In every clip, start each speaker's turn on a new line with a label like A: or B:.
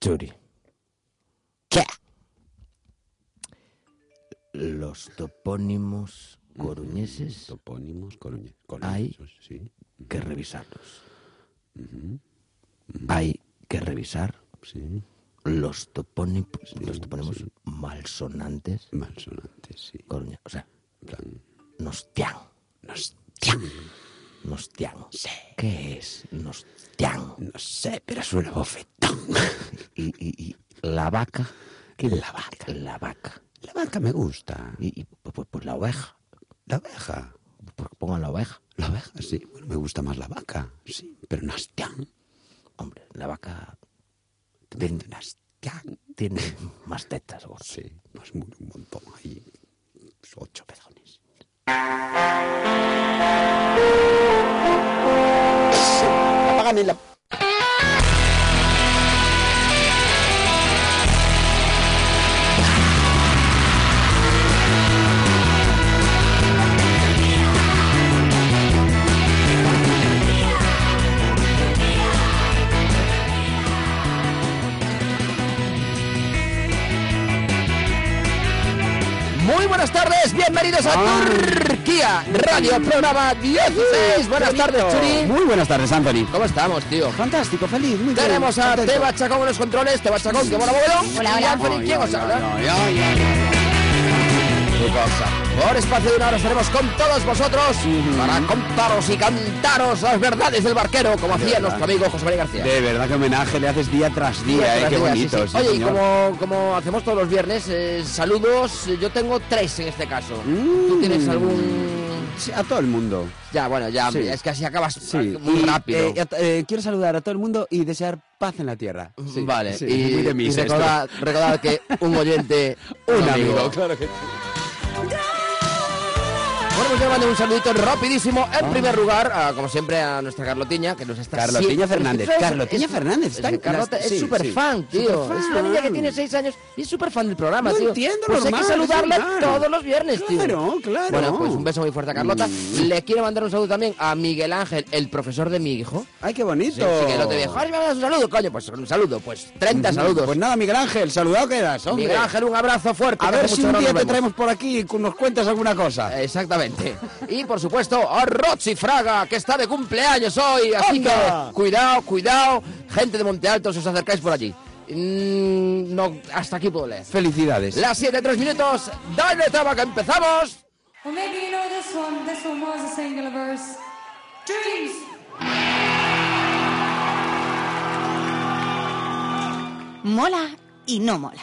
A: Churi.
B: ¿Qué?
A: Los topónimos coruñeses
B: Topónimos, coruñe-
A: Hay.
B: coruñesos, sí.
A: que revisarlos.
B: Ujú,
A: Hay que revisar
B: sí.
A: los topónimos, los topónimos
B: sí.
A: malsonantes
B: Malsonantes, sí.
A: coruña. O sea,
B: En plan,
A: nostian.
B: Nostián.
A: Nostian. ¿Qué es nostian?
B: No sé, pero suena bofetón.
A: Y, y- y la vaca.
B: ¿Qué la vaca?
A: La vaca.
B: La vaca me gusta.
A: Y, y, pues, pues- pues la oveja.
B: La oveja.
A: Pues pongan la oveja.
B: La oveja, sí. Bueno, me gusta más la vaca, sí. Pero Nastián.
A: Hombre, la vaca
B: Vendo Nastián.
A: tiene más tetas, gordo.
B: Sí, más un un montón ahí. Ocho pezones. Apágame la...
A: Muy buenas tardes, bienvenidos a Turquía Radio Programa 16. Buenas tardes, Churi.
B: Muy buenas tardes, Anthony.
A: ¿Cómo estamos, tío?
B: Fantástico, feliz, muy bien.
A: Tenemos a
B: contento.
A: Teba Chacón en los controles, Teba Chacón, que mola mogollón.
C: Hola, hola.
A: Y Anthony, ¿quién os habla? ¿Qué cosa? Por espacio de una hora estaremos con todos vosotros para contaros y cantaros las verdades del barquero, como hacía nuestro amigo José María García.
B: De verdad que homenaje le haces día tras
A: Buenas
B: día, eh, qué
A: tardes, sí,
B: bonito.
A: sí.
B: sí,
A: Oye, y
B: señor.
A: como, como hacemos todos los viernes, eh, saludos, eh, yo tengo tres en este caso.
B: Mm.
A: ¿Tú tienes algún...?
B: Sí, A todo el mundo.
A: Ya, bueno, ya,
B: Sí.
A: es que así acabas
B: Sí.
A: muy
B: y,
A: rápido.
B: eh, at- eh, quiero saludar a todo el mundo y desear paz en la tierra. Sí,
A: vale,
B: sí,
A: y,
B: muy de
A: y
B: misa esto.
A: recordad, recordad que un oyente,
B: Un amigo, claro que sí.
A: Bueno, pues yo mando un saludito rapidísimo. En primer lugar, a, como siempre, a nuestra Carlotiña, que nos está...
B: Carlotiña
A: siempre-
B: Fernández,
A: Es-
B: Carlotiña
A: es-
B: Fernández,
A: es-
B: está en-
A: Carlota es
B: sí,
A: súper fan,
B: sí,
A: tío.
B: superfan.
A: Es una niña que tiene seis años y es súper fan del programa,
B: No
A: tío.
B: entiendo,
A: pues hay
B: normal,
A: que saludarle
B: es normal.
A: todos los viernes, tío.
B: Claro, claro. Mm.
A: Bueno, pues un beso muy fuerte a Carlota. Le quiero mandar un saludo también a Miguel Ángel, el profesor de mi hijo.
B: Ay, qué
A: Sí,
B: bonito.
A: sí, que el otro día dijo, "Ahora me mandas un saludo, coño, pues un saludo, pues 30 saludos.
B: Pues nada, Miguel Ángel, saludado quedas, hombre.
A: Miguel Ángel, un abrazo fuerte.
B: A
A: que
B: ver
A: hace
B: si
A: mucho que
B: un
A: no
B: día
A: nos
B: te
A: vemos.
B: traemos por aquí y nos cuentas alguna cosa.
A: Exactamente. Y por supuesto, a Rochi Fraga, que está de cumpleaños hoy. Así
B: ¡Anda!
A: que cuidado, cuidado. Gente de Monte Alto, si os acercáis por allí. Mm, no, hasta aquí puedo leer.
B: Felicidades.
A: Las 7, 3 minutos. Dale, Taba, que empezamos.
D: Well, maybe you know this one. This one was a singular verse. Dreams.
C: Mola y no mola.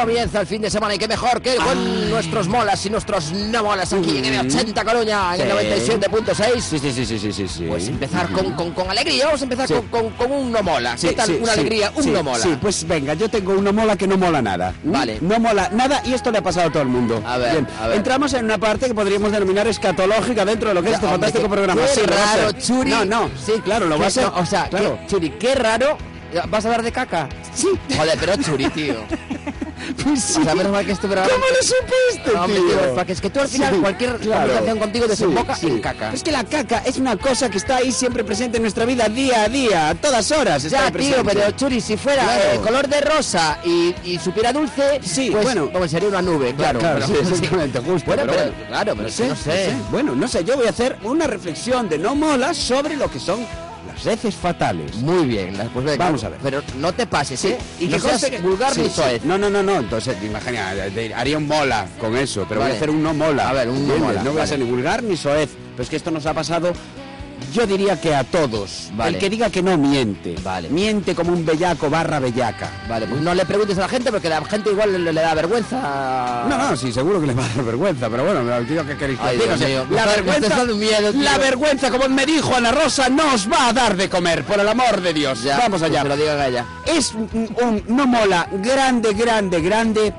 A: Comienza el fin de semana y qué mejor que
B: Ah.
A: con nuestros molas y nuestros no molas aquí en el 80 Coruña, en el
B: Mm. Sí.
A: 97.6.
B: Sí, sí, sí, sí, sí, sí, sí.
A: Pues empezar con, con, con alegría, vamos a empezar
B: Sí.
A: con, con, con un no mola.
B: Sí,
A: ¿Qué tal?
B: sí,
A: una
B: sí,
A: alegría, un
B: sí,
A: no mola.
B: Sí, pues venga, yo tengo uno mola que no mola nada. ¿Mm?
A: Vale.
B: No mola nada y esto le ha pasado a todo el mundo.
A: A ver, a ver.
B: Entramos en una parte que podríamos denominar escatológica dentro de lo que es
A: Ya,
B: este
A: hombre,
B: fantástico
A: qué-
B: programa.
A: qué
B: Sí, lo va a
A: raro,
B: ser.
A: Churi.
B: No, no. Sí, claro, lo va a
A: qué-
B: ser.
A: no, o sea,
B: claro.
A: qué- Churi, qué raro. ¿Vas a hablar de caca?
B: Sí.
A: Joder, pero Churi, tío.
B: Pues sí.
A: O sea, menos mal que este programa-
B: ¿Cómo lo supiste,
A: No, hombre, tío,
B: tío?
A: porque es que tú al final cualquier conversación contigo desemboca en caca.
B: Es que la caca es una cosa que está ahí siempre presente en nuestra vida día a día, a todas horas. está
A: Ya,
B: ahí
A: tío,
B: presente.
A: pero Churi, si fuera
B: Claro.
A: eh, color de rosa y, y supiera dulce,
B: Sí,
A: pues,
B: bueno.
A: pues sería una nube, claro.
B: Claro,
A: pero-
B: sí, exactamente, justo,
A: Bueno,
B: pero
A: pero,
B: bueno.
A: claro, pero sí, no sé.
B: Bueno, no sé, yo voy a hacer una reflexión de no mola sobre lo que son las heces fatales.
A: Muy bien, la- pues venga,
B: Vamos a ver.
A: Pero no te pases, ¿eh? Y
B: No
A: que
B: seas
A: seas vulgar
B: sí,
A: ni
B: sí.
A: soez.
B: No, no, no, no. Entonces, imagina, de- haría un mola con eso, pero voy
A: Vale.
B: a hacer un no mola.
A: A ver, un no
B: ¿Entiendes?
A: mola,
B: No voy a
A: vale.
B: ser ni vulgar ni soez. Pero es que esto nos ha pasado. Yo diría que a todos.
A: Vale.
B: El que diga que no miente.
A: Vale.
B: Miente como un bellaco barra bellaca.
A: Vale, pues no le preguntes a la gente porque la gente igual le, le da vergüenza.
B: No, no, sí, seguro que les va a dar vergüenza, pero bueno, me digo que queréis que
A: Ay,
B: os
A: Dios
B: diga, o sea,
A: mío, me
B: la
A: está- me
B: vergüenza,
A: está dando miedo, tío.
B: la vergüenza, como me dijo Ana Rosa, no os va a dar de comer, por el amor de Dios.
A: Ya,
B: Vamos
A: pues
B: allá.
A: se lo digan a ella.
B: Es un, un- no mola, grande, grande, grande,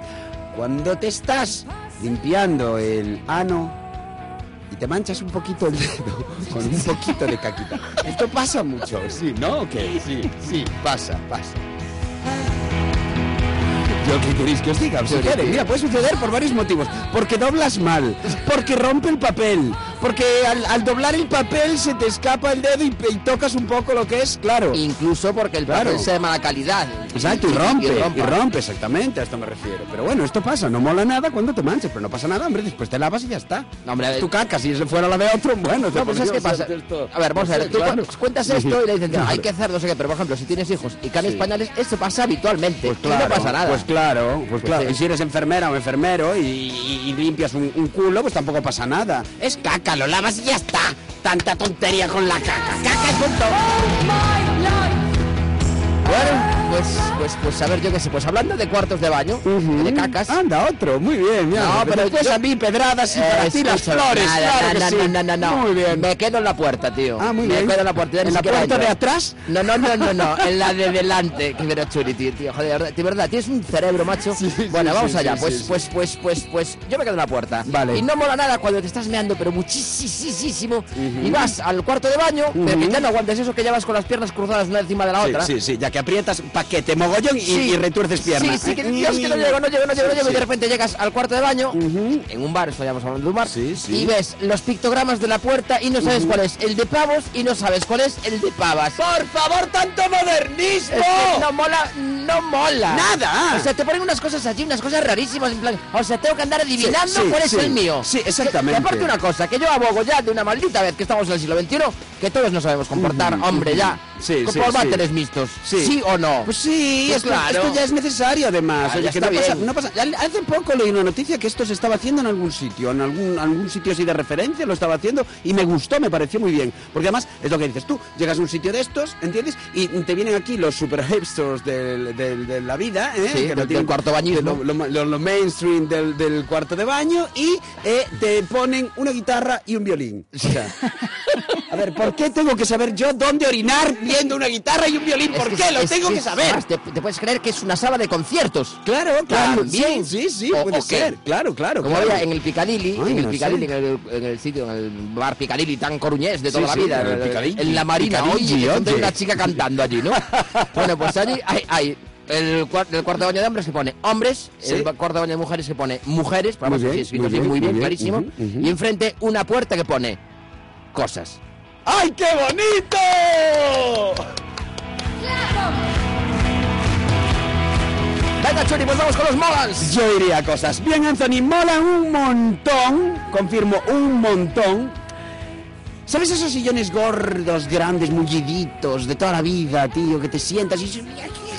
B: cuando te estás limpiando el ano y te manchas un poquito el dedo con un poquito de caquita. Esto pasa mucho, sí, ¿no? Que sí, sí, pasa, pasa. Yo, ¿qué queréis que os diga? Sucede, mira, puede suceder por varios motivos. Porque doblas mal, porque rompe el papel, porque al, al doblar el papel se te escapa el dedo y, y tocas un poco lo que es, claro.
A: Incluso porque el
B: Claro.
A: papel sea de mala calidad.
B: Exacto, y rompe, y rompe,
A: rompa.
B: exactamente, a esto me refiero. Pero bueno, esto pasa, no mola nada cuando te manches, pero no pasa nada, hombre, después te lavas y ya está.
A: No, hombre, a ver.
B: tu caca, si ese fuera la de otro, bueno,
A: No,
B: te
A: pues ¿sabes qué
B: podrías
A: pasa?
B: hacer esto.
A: A ver, vamos a
B: No
A: ver,
B: sé,
A: tú
B: claro.
A: cu- cuentas esto y le dices, hay que hacer no sé qué, pero por ejemplo, si tienes hijos y cambias
B: Sí.
A: pañales, esto pasa habitualmente.
B: Pues
A: y
B: claro,
A: no pasa nada.
B: Pues claro, pues claro.
A: sí.
B: Y si eres enfermera o enfermero y, y- y limpias un, un culo, pues tampoco pasa nada. Es caca, lo lavas y ya está. Tanta tontería con la caca. Caca y punto.
A: Bueno, pues, pues, pues a ver, yo qué sé, pues hablando de cuartos de baño, de cacas.
B: Anda, otro, muy bien. mira.
A: No, pero pues
B: Después
A: yo-
B: a mí pedradas y para
A: Eh,
B: ti las
A: escúchame,
B: flores,
A: nada,
B: claro que
A: no,
B: sí.
A: no, no, no, no.
B: Muy bien.
A: Me quedo en la puerta, tío.
B: Ah, muy bien.
A: Me quedo en la puerta. ya ni
B: ¿En la
A: siquiera
B: puerta
A: entro.
B: de atrás?
A: No, no, no, no, no. En la de delante. Qué ver churi, tío, tío. Joder, de verdad, de verdad, tienes un cerebro, macho.
B: Sí, sí,
A: bueno,
B: sí,
A: vamos
B: sí,
A: allá.
B: sí,
A: pues,
B: sí, sí.
A: pues, pues, pues, pues, yo me quedo en la puerta.
B: Vale.
A: Y no mola nada cuando te estás meando, pero muchísimo. Y vas al cuarto de baño, pero que ya no aguantes eso que llevas con las piernas cruzadas una encima de la
B: Sí,
A: otra.
B: sí, sí, ya que aprietas paquete mogollón y,
A: Sí.
B: y retuerces piernas.
A: Sí, sí, que Dios que no llego, no llego, no llego, no llego.
B: Sí,
A: Y de repente llegas al cuarto de baño, en un bar, estaríamos hablando de un bar,
B: Sí, sí.
A: y ves los pictogramas de la puerta y no sabes cuál es el de pavos y no sabes cuál es el de pavas. ¡Por favor, tanto modernismo! no mola, no mola.
B: Nada.
A: O sea, te ponen unas cosas allí, unas cosas rarísimas, en plan, o sea, tengo que andar adivinando
B: Sí, sí,
A: cuál es
B: sí.
A: el mío.
B: Sí,
A: Que-
B: exactamente.
A: que aparte una cosa, que yo abogo ya de una maldita vez que estamos en el siglo XXI, que todos nos sabemos comportar, hombre, ya.
B: Sí,
A: Con
B: sí,
A: por
B: sí.
A: váteres mixtos.
B: Sí.
A: o no.
B: Pues sí,
A: Pues
B: esto,
A: claro.
B: esto ya es necesario además.
A: Ah,
B: Oye,
A: ya
B: que
A: está
B: no pasa-
A: bien.
B: no pasa- al- hace poco leí una noticia que esto se estaba haciendo en algún sitio, en algún, algún sitio así de referencia, lo estaba haciendo y me gustó, me pareció muy bien. Porque además es lo que dices tú, llegas a un sitio de estos, ¿entiendes? Y te vienen aquí los super hipsters del- del- de la vida, ¿eh?
A: Sí,
B: no
A: del- del cuarto bañismo.
B: Lo, lo- lo- lo mainstream del, del cuarto de baño y eh, te ponen una guitarra y un violín. O sea, a ver, ¿por qué tengo que saber yo dónde orinar viendo una guitarra y un violín?
A: Es
B: ¿Por
A: que
B: qué
A: es-
B: lo
A: es-
B: tengo que
A: es
B: saber?
A: más, te, te puedes creer que es una sala de conciertos.
B: Claro, claro,
A: También.
B: Sí, sí, sí,
A: O-
B: puede
A: o qué.
B: ser. Claro, claro.
A: Como
B: claro.
A: había en el Picadilly,
B: Ay,
A: en el
B: no
A: Picadilly, en
B: sé.
A: el, en el sitio, en el bar Picadilly tan coruñés de toda
B: Sí,
A: la
B: sí,
A: vida,
B: en el
A: en-
B: Picadilly.
A: en la Marina,
B: Picadilly,
A: oye, que son de
B: oye.
A: una chica cantando allí, ¿no? bueno, pues allí hay, hay el, cua- el cuarto de baño de hombres que pone hombres,
B: Sí.
A: el cuarto de baño de mujeres que pone mujeres, para
B: Muy
A: más así
B: bien,
A: escrito
B: muy
A: así,
B: bien,
A: muy
B: muy
A: bien,
B: bien,
A: clarísimo,
B: ujú, ujú.
A: y enfrente una puerta que pone cosas.
B: ¡Ay, qué bonito!
A: Venga, Churi, pues vamos con los Mogans.
B: Yo diría cosas. Bien, Anthony, mola un montón. Confirmo, un montón. ¿Sabes esos sillones gordos, grandes, mulliditos, de toda la vida, tío? Que te sientas y...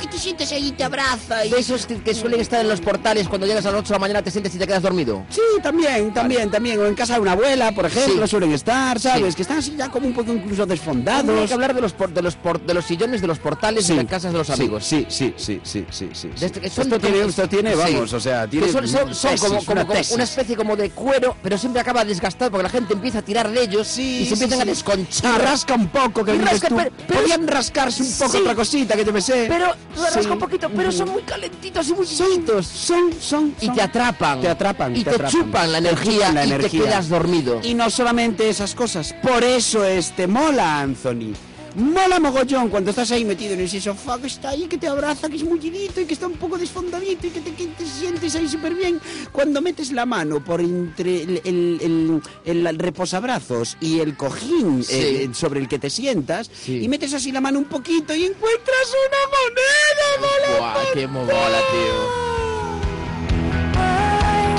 E: Aquí te sientes ahí, te abraza y...
A: De esos que, que suelen estar en los portales cuando llegas a las 8 de la mañana te sientes y te quedas dormido.
B: Sí, también, también, también. O en casa de una abuela, por ejemplo,
A: Sí.
B: suelen estar,
A: Sí.
B: ¿sabes? Que están así ya como un poco incluso
A: Hay
B: desfondados.
A: que hablar de los, por- de los, por- de los sillones de los portales
B: Sí,
A: de las casas de los
B: sí,
A: amigos.
B: Sí, sí, sí, sí, sí, sí.
A: De este- que son
B: esto, tiene,
A: como-
B: esto tiene,
A: sí.
B: vamos, o sea,
A: Que
B: tiene
A: son, son- son
B: tesis,
A: como, como-
B: una
A: como
B: tesis.
A: una especie como de cuero, pero siempre acaba desgastado porque la gente empieza a tirar de ellos y se empiezan a
B: Ah,
A: desconchar.
B: rasca un poco, que
A: Y
B: dices
A: rasca,
B: tú,
A: pero- pero-
B: podían rascarse un poco
A: Sí.
B: otra cosita que yo me sé.
A: pero rasca
B: Sí.
A: un poquito, pero son muy calentitos y muy
B: son,
A: chiquitos.
B: son, son,
A: Y
B: son-
A: te atrapan.
B: Te atrapan,
A: Y te,
B: atrapan.
A: chupan la
B: Te
A: energía
B: chupan la
A: y te
B: energía.
A: quedas dormido.
B: Y no solamente esas cosas, por eso este mola, Anthony. Mola mogollón cuando estás ahí metido en ese sofá que está ahí, que te abraza, que es mullidito y que está un poco desfondadito y que te, que te sientes ahí súper bien. Cuando metes la mano por entre el, el- el- el reposabrazos y el cojín
A: Sí.
B: eh, sobre el que te sientas
A: Sí.
B: y metes así la mano un poquito y encuentras una moneda, mola
A: Guau, qué mola, tío.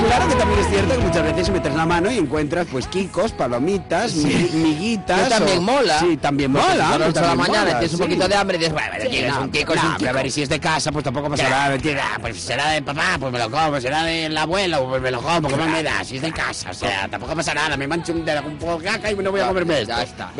B: Claro que también es cierto que muchas veces metes la mano y encuentras pues quicos, palomitas, mi- miguitas.
A: Que también
B: o-
A: mola.
B: Sí, también
A: Porque si
B: mola.
A: son las ocho de la
B: también
A: mañana
B: mola,
A: tienes un
B: sí.
A: poquito de hambre y dices, bueno, pero tienes un tico, es un
B: pero
A: tico.
B: a ver, y si es de casa, pues tampoco pasa nada, mentira. Pues será de papá, pues me lo como, será del abuelo, pues me lo como, ¿qué más me da? Si es de casa, o sea, tampoco pasa nada, me mancho un dedo con un poco de caca y no voy a comerme esto.
A: Ya está.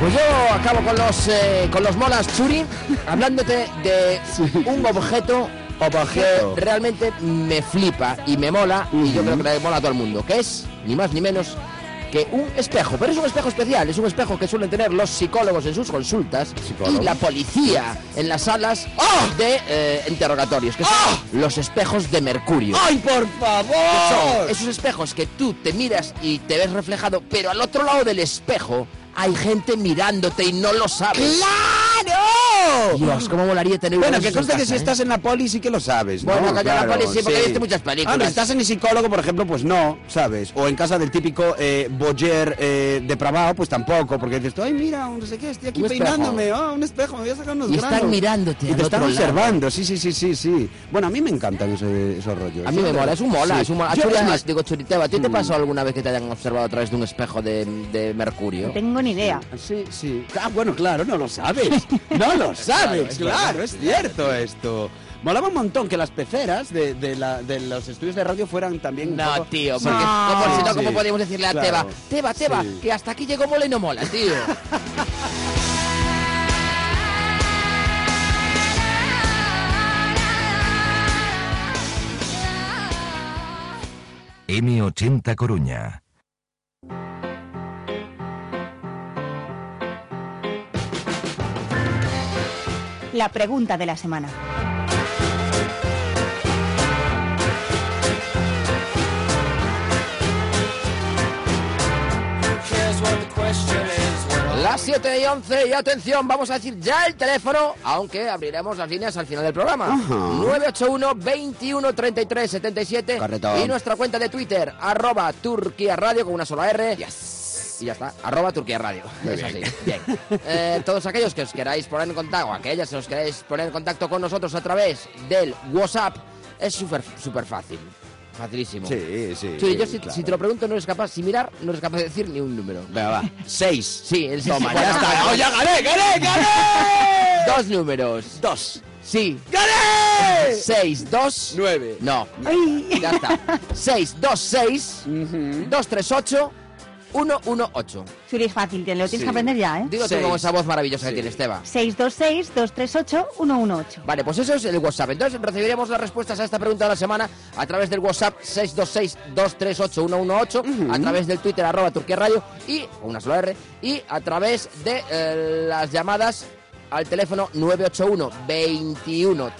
A: Pues yo acabo con los eh, con los molas churi, hablándote de un objeto,
B: Objeto.
A: que realmente me flipa y me mola y yo creo que le mola a todo el mundo, que es ni más ni menos que un espejo, pero es un espejo especial, es un espejo que suelen tener los psicólogos en sus consultas
B: Psicólogos.
A: y la policía en las salas de eh, interrogatorios, que son
B: ¡Oh!
A: los espejos de mercurio.
B: ¡Ay, por
A: Que
B: favor!
A: son esos espejos que tú te miras y te ves reflejado, pero al otro lado del espejo hay gente mirándote y no lo sabes.
B: ¡Claro!
A: Dios, cómo molaría tener uno
B: Bueno, que
A: de esos
B: conste
A: en
B: que si
A: casa, ¿eh?
B: estás en la poli sí que lo sabes, ¿no?
A: Bueno, que yo en la
B: Claro,
A: poli sí, porque he visto muchas películas.
B: Ahora, si estás en el psicólogo, por ejemplo, pues no, ¿sabes? O en casa del típico eh, boyer eh, depravado, pues tampoco, porque dices tú, ay, mira, no sé qué, estoy aquí
A: Un espejo.
B: peinándome, ah, un espejo, me voy a sacar unos
A: Y están
B: granos.
A: mirándote
B: Y
A: al
B: te están
A: otro lado.
B: observando, sí, sí, sí, sí, sí. Bueno, a mí me encantan ese- esos rollos.
A: ¿eh? A mí me mola, es un mola,
B: Sí.
A: es un mola.
B: Yo,
A: Churi,
B: es
A: es
B: más, Mm.
A: más, digo, Churiteba, ¿a ti te pasó alguna vez que te hayan observado a través de un espejo de, de mercurio?
C: No tengo ni idea.
B: Sí, sí. Ah, bueno, claro, no lo sabes. No lo sabes, claro, es cierto esto. Molaba un montón que las peceras de, de la- de los estudios de radio fueran también. un
A: No,
B: poco-
A: tío, porque
C: No.
A: como si no,
B: Sí,
A: ¿cómo
B: sí.
A: podríamos decirle a
B: Claro.
A: Teba? Teba, Teba,
B: Sí.
A: que hasta aquí llegó mola y no mola, tío.
F: M80 Coruña.
C: La pregunta de la semana.
A: Las 7 y 11 y atención, vamos a decir ya el teléfono, aunque abriremos las líneas al final del programa.
B: Ajá.
A: 981 21 33 77
B: Correcto.
A: y nuestra cuenta de Twitter, arroba Turquía Radio con una sola R. Y ya está, arroba Turquía Radio. es así. Bien. Eh, todos aquellos que os queráis poner en contacto, aquellas que os queráis poner en contacto con nosotros a través del WhatsApp, es súper súper fácil. Facilísimo.
B: Sí, sí.
A: Churi, yo
B: sí,
A: si,
B: claro.
A: si te lo pregunto no eres capaz, si mirar, no eres capaz de decir ni un número.
B: Venga, va. Seis.
A: Sí, el
B: Toma, ya está. ¡Oh, ya gané, gané, gané!
A: Dos números.
B: Dos.
A: Sí.
B: ¡Gané!
A: Seis, dos.
B: Nueve.
A: No.
C: Ay.
A: Ya está. Seis, dos, seis. Dos, tres, ocho. Uno, uno, ocho.
C: Churi, es fácil, te lo tienes
B: Sí.
C: que aprender ya, ¿eh?
A: Digo tú
B: Seis.
A: con esa voz maravillosa
B: Sí.
A: que tienes, Teba.
C: 626-238-118.
A: Vale, pues eso es el WhatsApp. Entonces recibiremos las respuestas a esta pregunta de la semana a través del WhatsApp 626-238-118, a través del Twitter arroba Turquía Radio y, con una sola R, y a través de eh, las llamadas al teléfono 981 21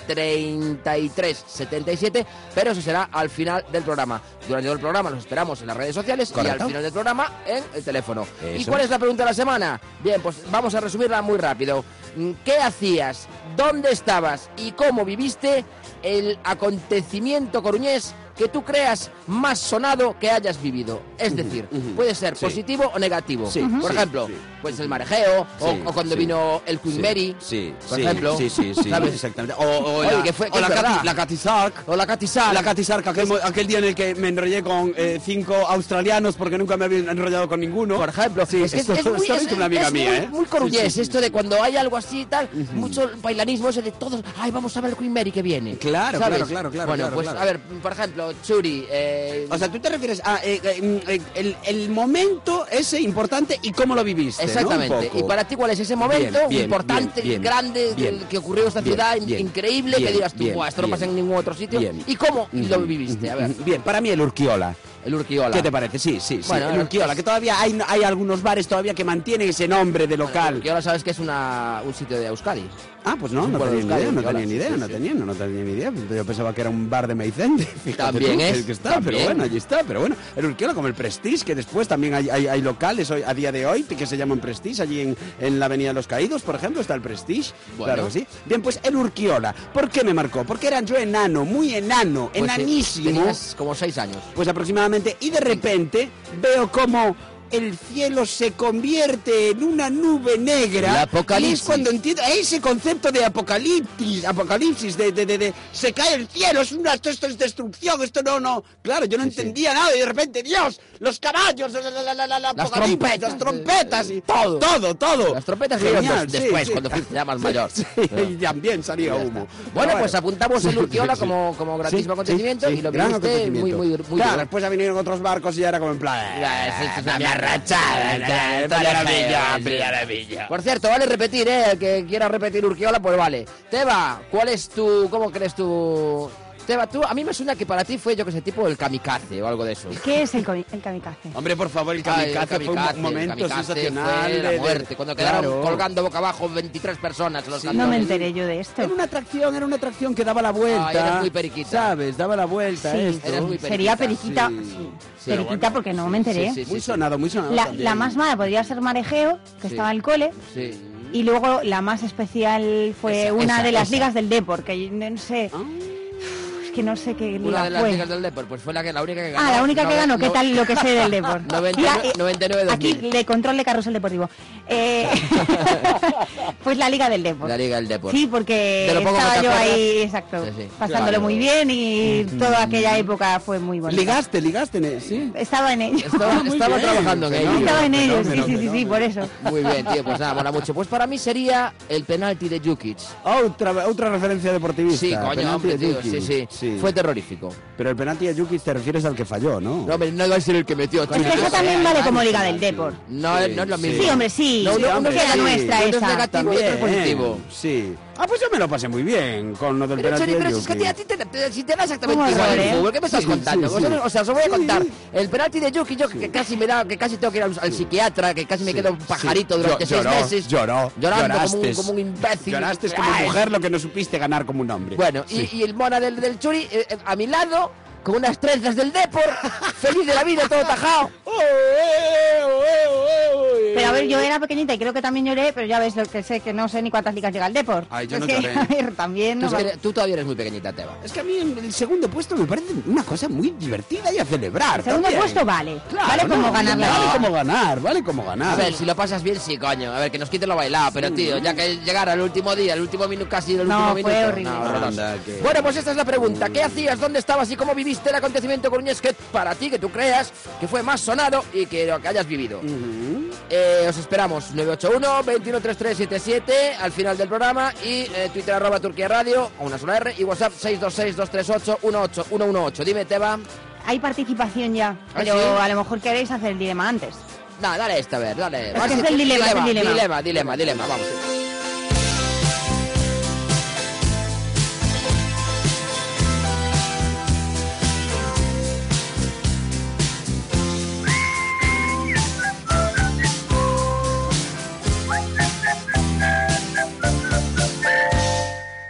A: 33 77, pero eso será al final del programa. Durante todo el programa los esperamos en las redes sociales y
B: Correcto.
A: al final del programa en el teléfono. ¿Y
B: Eso
A: cuál
B: es.
A: es la pregunta de la semana? Bien, pues vamos a resumirla muy rápido. Mm, ¿Qué hacías? ¿Dónde estabas? ¿Y cómo viviste el acontecimiento coruñés que tú creas más sonado que hayas vivido? Es decir,
B: ujú.
A: puede ser
B: Sí.
A: positivo o negativo.
B: Sí, Ujú.
A: Por
B: sí,
A: ejemplo,
B: sí.
A: pues el marejeo o,
B: Sí,
A: o cuando
B: sí.
A: vino el Queen
B: Sí,
A: Mary.
B: Sí,
A: por
B: sí,
A: ejemplo.
B: Sí, sí, sí.
A: ¿Sabes?
B: Pues Exactamente. O, o
A: Oye,
B: la,
A: que fue-
B: o
A: que
B: la
A: es verdad.
B: Katy- la Katy Sark.
A: O la catizar.
B: La Katy Sark, aquel, mo- aquel día en el que me enrollé con eh, cinco australianos porque nunca me había enrollado con ninguno.
A: Por ejemplo,
B: Sí,
A: es que es,
B: esto
A: es muy,
B: sabes
A: es-
B: que una amiga
A: es
B: mía,
A: muy,
B: ¿eh?
A: muy coruñés
B: Sí, sí.
A: esto de cuando hay algo así y tal, mucho bailanismo ese de todos, ay, vamos a ver el Queen Mary que viene.
B: Claro,
A: ¿sabes?
B: claro, claro, claro,
A: Bueno,
B: claro,
A: pues
B: claro.
A: a ver, por ejemplo, Churi, eh,
B: O sea, tú te refieres a eh, eh, mm, eh, el, el momento ese importante y cómo lo viviste. ¿no? Un
A: exactamente.
B: poco.
A: Y para ti, ¿cuál es ese Este momento
B: bien,
A: importante,
B: bien, bien,
A: grande,
B: bien,
A: que ocurrió en esta
B: bien,
A: ciudad, in-
B: bien,
A: increíble, que
B: bien,
A: dirás tú,
B: bien,
A: "Buah, esto no pasa en
B: bien,
A: ningún otro sitio?
B: bien.
A: ¿Y cómo lo
B: Ujú,
A: viviste? A
B: ujú,
A: ver,
B: ujú. Bien, para mí el Urquiola.
A: el Urquiola.
B: ¿Qué te parece? Sí, sí, sí.
A: Bueno,
B: el Urquiola,
A: es-
B: que todavía hay, hay algunos bares todavía que mantienen ese nombre de
A: El
B: local.
A: Urquiola sabes que es una, un sitio de Euskadi.
B: Ah, pues no,
A: Es un
B: no
A: pueblo
B: tenía ni
A: de
B: idea, no
A: Euskadi,
B: tenía ni idea,
A: sí,
B: no
A: sí.
B: tenía, no tenía ni idea. Pues Yo pensaba que era un bar de Maicente, fíjate
A: También
B: tú,
A: es,
B: el que está,
A: también.
B: pero bueno, allí está, pero bueno. El Urquiola como el Prestige, que después también hay, hay, hay locales hoy, a día de hoy que se llaman Prestige, allí en, en la Avenida de los Caídos, por ejemplo, está el Prestige,
A: Bueno.
B: claro que sí. Bien, pues el Urquiola, ¿por qué me marcó? Porque era yo enano, muy enano,
A: Pues, eh,
B: enanísimo
A: tenías como seis años.
B: pues aproximadamente, y de repente veo como el cielo se convierte en una nube negra.
A: El apocalipsis.
B: Y es cuando entiendo ese concepto de apocalipsis, apocalipsis, de, de, de, de, se cae el cielo, es una, esto, esto es destrucción, esto no, no. Claro, yo no entendía nada y de repente, Dios, los caballos, la, la, la, la, la, la
A: Las
B: apocalipsis,
A: trompetas,
B: las trompetas y
A: eh, todo.
B: todo, todo.
A: Las trompetas
B: Genial,
A: vinieron
B: sí,
A: después,
B: sí.
A: cuando fuiste ya más mayor.
B: Sí,
A: Pero-
B: y también salía
A: Ya
B: humo.
A: está.
B: Pero
A: Bueno, pues apuntamos el Urquiola
B: Sí,
A: como- como grandísimo acontecimiento y lo
B: gran
A: viviste
B: acontecimiento.
A: muy, muy- muy
B: Claro,
A: duro.
B: después ya vinieron otros barcos y ya era como en plan...
A: Mira, es- es una
B: "Ah,
A: mamarrachada,
B: mamarrachada,
A: tal,
B: maravilla,
A: tal,
B: maravilla".
A: Por cierto, vale repetir, ¿eh? El que quiera repetir Urquiola, pues vale. Teba, ¿cuál es tu... cómo crees tu...? Teba, tú, a mí me suena que para ti fue, yo que sé, tipo el kamikaze o algo de eso.
C: ¿Qué es el, comi- el kamikaze?
B: Hombre, por favor, el
A: Ay, el
B: kamikaze, fue
A: kamikaze,
B: un
A: el
B: momento
A: kamikaze
B: sensacional.
A: fue la
B: de- de-
A: muerte, cuando quedaron
B: Claro.
A: colgando boca abajo 23 personas los
C: No me
A: cantones.
C: enteré yo de esto.
B: Era una atracción, era una atracción que daba la vuelta.
A: Ay, eras muy periquita.
B: ¿Sabes? Daba la vuelta
C: Sí,
B: esto.
A: eras muy
C: sería
A: periquita,
C: periquita.
B: sí.
C: Sí.
A: Sí,
C: periquita
A: bueno,
C: porque no
A: sí,
C: me enteré.
A: sí, sí,
B: Muy
A: sí.
B: sonado, muy sonado
C: La,
B: también.
C: la más mala podría ser marejeo,
A: Sí.
C: que estaba al cole.
A: Sí.
C: Y luego la más especial fue
A: Esa,
C: una
A: esa,
C: de las
A: esa.
C: ligas del Depor, que yo no sé.
B: Ah.
C: Es que no sé qué
A: Una
C: liga
A: de las
C: fue.
A: ligas del Depor, pues fue la, que, la única que ganó.
C: Ah, la única que
A: Nove-
C: ganó, ¿qué
A: no-
C: tal lo que sé del Depor?
A: 99
C: Ya, eh,
A: 99-2000.
C: Aquí le control de carrusel deportivo. Eh, pues la Liga del Depor.
A: La liga del Depor.
C: Sí, porque
A: De lo poco que
C: estaba
A: te
C: yo
A: acuerdas.
C: ahí, exacto,
A: Sí, sí.
C: pasándolo
A: Claro.
C: muy bien y
B: Mm,
C: toda aquella época fue muy bonita.
B: Ligaste, ligaste, ne- sí.
C: Estaba en ello.
A: Estaba,
B: Ah, muy
A: estaba
B: bien,
A: trabajando en
B: fenómeno.
A: ello.
C: Estaba en ello, sí,
B: fenómeno,
C: sí, sí, sí,
B: fenómeno.
C: por eso.
A: Muy bien, tío, pues nada, mola mucho. Pues para mí sería el penalti de Jukic.
B: Otra, otra referencia deportivista.
A: Sí, coño,
B: penalti
A: hombre,
B: de
A: tío,
B: Jukic.
A: sí, sí, Fue terrorífico.
B: Pero el penalti de Jukic te refieres al que falló, ¿no?
A: No, hombre, no iba a ser el que metió.
C: Es que
A: tío.
C: eso también vale como Liga del Depor.
A: No, no es lo mismo.
C: Sí, hombre, sí.
A: No, no,
B: hombre,
C: que la
B: sí.
C: nuestra
A: Uno es
C: esa.
A: negativo.
B: También,
A: es positivo.
B: Sí. Ah, pues yo me lo pasé muy bien con lo del
A: Pero,
B: penalti
A: Chori, pero
B: de
A: si es que
B: Jukic.
A: tío, a ti te, te- si te da exactamente
C: ¿Cómo
A: igual
C: error,
A: el
C: eh?
A: fútbol, ¿qué me estás
B: Sí,
A: contando?
B: sí,
A: Vosotros-
B: sí.
A: O sea, os lo voy a
B: Sí.
A: contar. El penalti de Yuki, yo que casi me da, que casi tengo que ir al, al psiquiatra, que casi me queda un pajarito
B: Sí.
A: durante
B: Llo-
A: seis
B: lloró,
A: meses.
B: Lloró.
A: Llorando como un-
B: lloraste.
A: como un imbécil.
B: Lloraste como
A: Ay.
B: mujer lo que no supiste ganar como un hombre.
A: Bueno, y-
B: Sí.
A: y, el mona del, del Churi eh, eh, a mi lado, con unas trenzas del Depor, feliz de la vida, todo tajado.
C: Pero a ver, yo era pequeñita y creo que también lloré, pero ya ves lo que sé, que no sé ni cuántas ligas llega el Depor.
B: Ay, yo
C: Es
B: no
C: que,
B: lloré.
C: a ver, también no
A: Tú,
C: va-
A: eres- tú todavía eres muy pequeñita, Teba.
B: Es que a mí en el segundo puesto me parece una cosa muy divertida y a celebrar.
C: El segundo
B: también.
C: puesto vale.
B: Claro,
C: vale como
B: no,
C: ganar la
B: Vale
C: liga.
B: como ganar, vale como ganar.
A: A ver, si lo pasas bien, sí, coño. A ver, que nos quiten lo bailado, pero tío, ya que llegar al último día, el último minuto, casi el último
C: No, fue
A: minuto.
C: horrible.
A: horroroso.
B: Anda, que-
A: Bueno, pues esta es la pregunta. ¿Qué hacías? ¿Dónde estabas? ¿Y cómo viviste el acontecimiento coruñés que para ti, que tú creas, que fue más sonado y que lo que hayas vivido? Eh, os esperamos 981-213377 al final del programa y eh, Twitter arroba Turquía Radio a una sola R y WhatsApp 626-238-18118. Dime, Teba.
C: Hay participación
B: ¿Ah,
C: ya, pero
A: sí?
C: a lo mejor queréis hacer el dilema antes.
A: No, dale esta, a ver, dale.
C: que es el
A: di-
C: dilema, es el
A: Eh,
C: dilema.
A: dilema, dilema, dilema, vamos.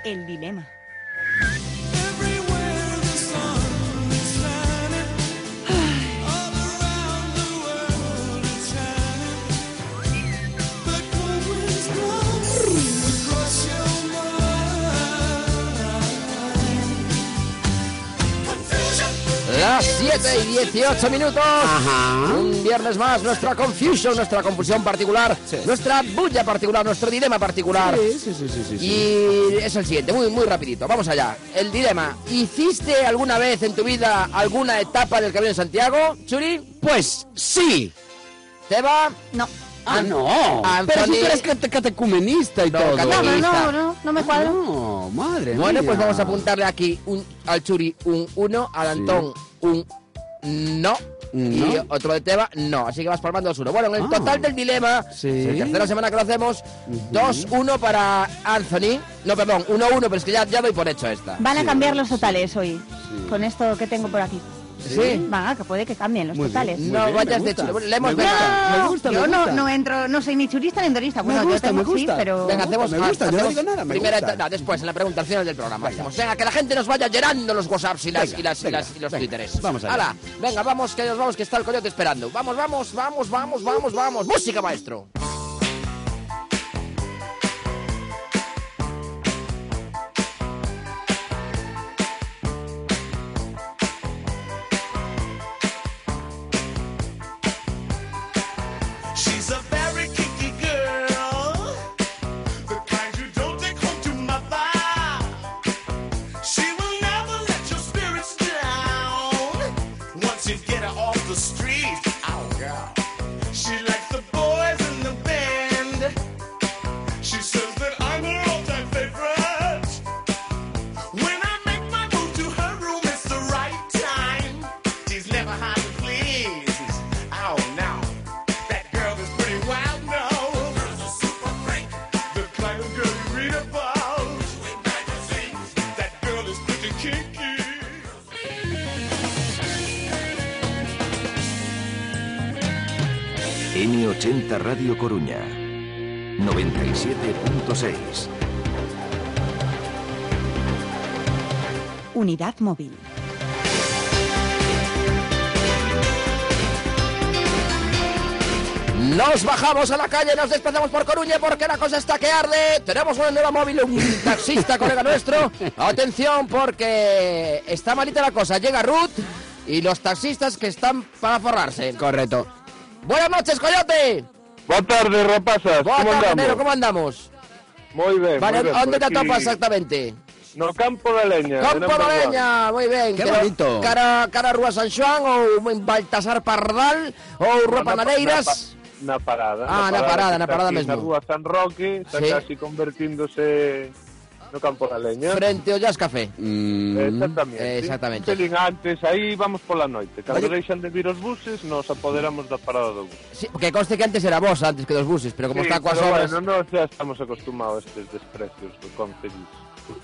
C: El dilema.
A: Las 7 y 18 minutos.
B: Ajá.
A: Un viernes más, nuestra confusion, nuestra compulsión particular,
B: Sí.
A: nuestra bulla particular, nuestro dilema particular.
B: Sí, sí, sí, sí, sí, sí.
A: Y es el siguiente, muy, muy rapidito. Vamos allá. El dilema. ¿Hiciste alguna vez en tu vida alguna etapa del Camino de Santiago? Churi,
B: Pues sí.
A: Teba,
C: No.
B: Ah, no.
A: Anthony-
B: Pero si tú eres cate- catecumenista y
A: No,
B: todo.
A: cate-
C: No, pero
A: Egoísta.
C: no, no, no me cuadro.
B: Ah, No, madre
A: Bueno,
B: mía.
A: pues vamos a apuntarle aquí un, al Churi un 1, al
B: Sí.
A: Antón un no. Y
B: No.
A: otro de Teba, no. Así que vas palmando dos uno. Bueno, en el
B: Ah.
A: total del dilema,
B: Sí.
A: es la tercera semana que lo hacemos, 2-1 para Anthony. No, perdón, 1-1, pero es que ya, ya doy por hecho esta.
C: Van a
B: Sí,
C: cambiar los totales hoy.
B: Sí.
C: Con esto que tengo por aquí.
A: Sí.
C: Va, que puede que cambien los
B: Muy bien.
C: totales.
A: No
B: bien, me
A: vayas de
B: gusta.
A: chulo. Le hemos
B: Me gusta,
A: venga.
B: me gusta,
C: yo
B: me gusta.
C: No, no entro, no soy ni churista ni endorista. Bueno,
B: gusta,
C: yo tengo
B: me gusta.
C: sí, pero.
A: Venga,
B: Me gusta,
A: hacemos,
B: me gusta, yo no
A: hacemos
B: digo nada, me
A: primera
B: gusta.
A: etapa- no, después, en la pregunta al final del programa.
B: Venga.
A: Hacemos, venga, que la gente nos vaya llenando los WhatsApps y las,
B: Venga,
A: y las, y
B: venga,
A: las- y los
B: venga.
A: Twitteres.
B: Vamos allá.
A: Hala, venga, vamos, que nos vamos, que está el coyote esperando. Vamos, vamos, vamos, vamos, vamos, vamos. Música, maestro.
G: She's a very kinky girl, the kind you don't take home to mother. She will never let your spirits down. Once you get her off the street, oh girl. She likes the boys in the band. She says that I'm her all-time favorite. When I make my move to her room, it's the right time. She's never hard to please. Oh no, that girl is pretty wild. No, girl's a super freak, the kind of girl you read about. That girl is pretty kinky.
F: M80 Radio Coruña. 97.6.
C: Unidad móvil.
A: Nos bajamos a la calle, nos desplazamos por Coruña porque la cosa está que arde. Tenemos una nueva móvil, un taxista, colega nuestro. Atención porque está malita la cosa. Llega Ruth y los taxistas que están para forrarse.
B: Correcto.
A: Buenas noches, Coyote.
H: Boa tarde, rapazas.
A: Buenas
H: Como
A: tardes,
H: andamos?
A: Nero, ¿cómo andamos?
H: Moi ben,
A: Vale,
H: moi ben.
A: ¿dónde te
H: por aquí,
A: atopas exactamente?
H: No campo da leña. de
A: Campo
H: number one.
A: Baleña, moi ben.
B: Que
A: Cara-
B: bonito.
A: Cara, cara a Rúa San Xoán ou en Baltasar Pardal ou Rúa
H: Na- na-
A: Panadeiras.
H: Na, pa- na parada.
A: Ah, na parada,
H: que
A: na
H: está
A: parada
H: aquí
A: mesmo.
H: Na rúa San Roque, está
A: Sí.
H: casi convertíndose no campo da leña.
A: Frente ao Jazz Café.
B: Mm.
H: Exactamente.
A: Exactamente.
H: Un pelín antes, aí vamos pola noite. Cando
A: Oye.
H: deixan de vir os buses, nos apoderamos da parada do bus.
A: Sí, que conste que antes era vos, antes que dos buses, pero como
H: Sí,
A: está coas
H: pero
A: obras...
H: Bueno, nós xa estamos acostumados a estes desprecios do Concellis.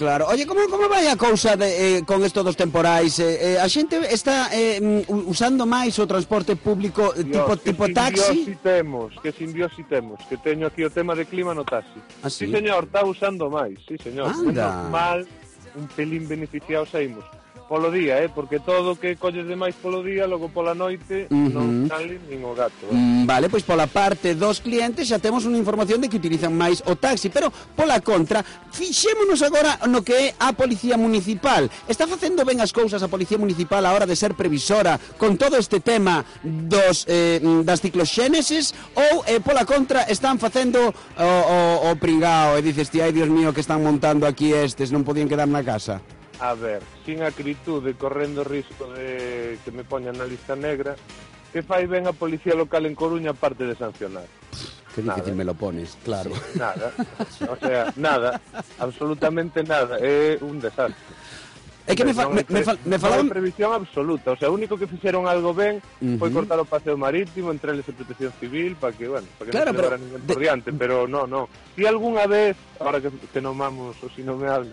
B: Claro. Oye, como como vai a cousa de, eh, con isto dos temporais? Eh, eh, a xente está eh, mm, u- usando máis o transporte público eh, tipo
H: Dios,
B: tipo
H: que
B: taxi?
H: simbiosi temos, que simbiosi temos, que teño aquí o tema de clima no taxi.
B: Ah, sí?
H: sí, señor, está usando máis, sí, señor.
B: Anda.
H: Menos mal, un pelín beneficiados saímos. Polo día, eh, porque todo o que colles de máis polo día, logo pola noite,
B: Ujú.
H: non sale nin o gato. eh.
B: Mm, vale, pois pola parte dos clientes xa temos unha información de que utilizan máis o taxi, pero pola contra, fixémonos agora no que é a Policía Municipal. Está facendo ben as cousas a Policía Municipal a hora de ser previsora con todo este tema dos eh, mm, das cicloxéneses ou eh, pola contra están facendo o, o, o pringao e dices, ti, ai, Dios mío, que están montando aquí estes, non podían quedar na casa.
H: A ver, sin acritude, correndo risco de que me poñan na lista negra, que fai ben a policía local en Coruña aparte de sancionar?
B: Que difícil me lo pones, claro.
H: Nada. O sea, nada. Absolutamente nada. É un desastre.
B: É que me, fa,
H: Non
B: me,
H: hai
B: me,
H: pre-
B: fa, me
H: non
B: falaban...
H: hai previsión absoluta. O sea, o único que fixeron algo ben
B: Ujú.
H: foi cortar o paseo marítimo, entre eles a protección civil, para que, bueno, para que
B: Claro,
H: non se
B: pero
H: levara ninguén
B: de-
H: por diante, pero no, no. Si algunha vez, ahora que, que non vamos, o si non me hablo,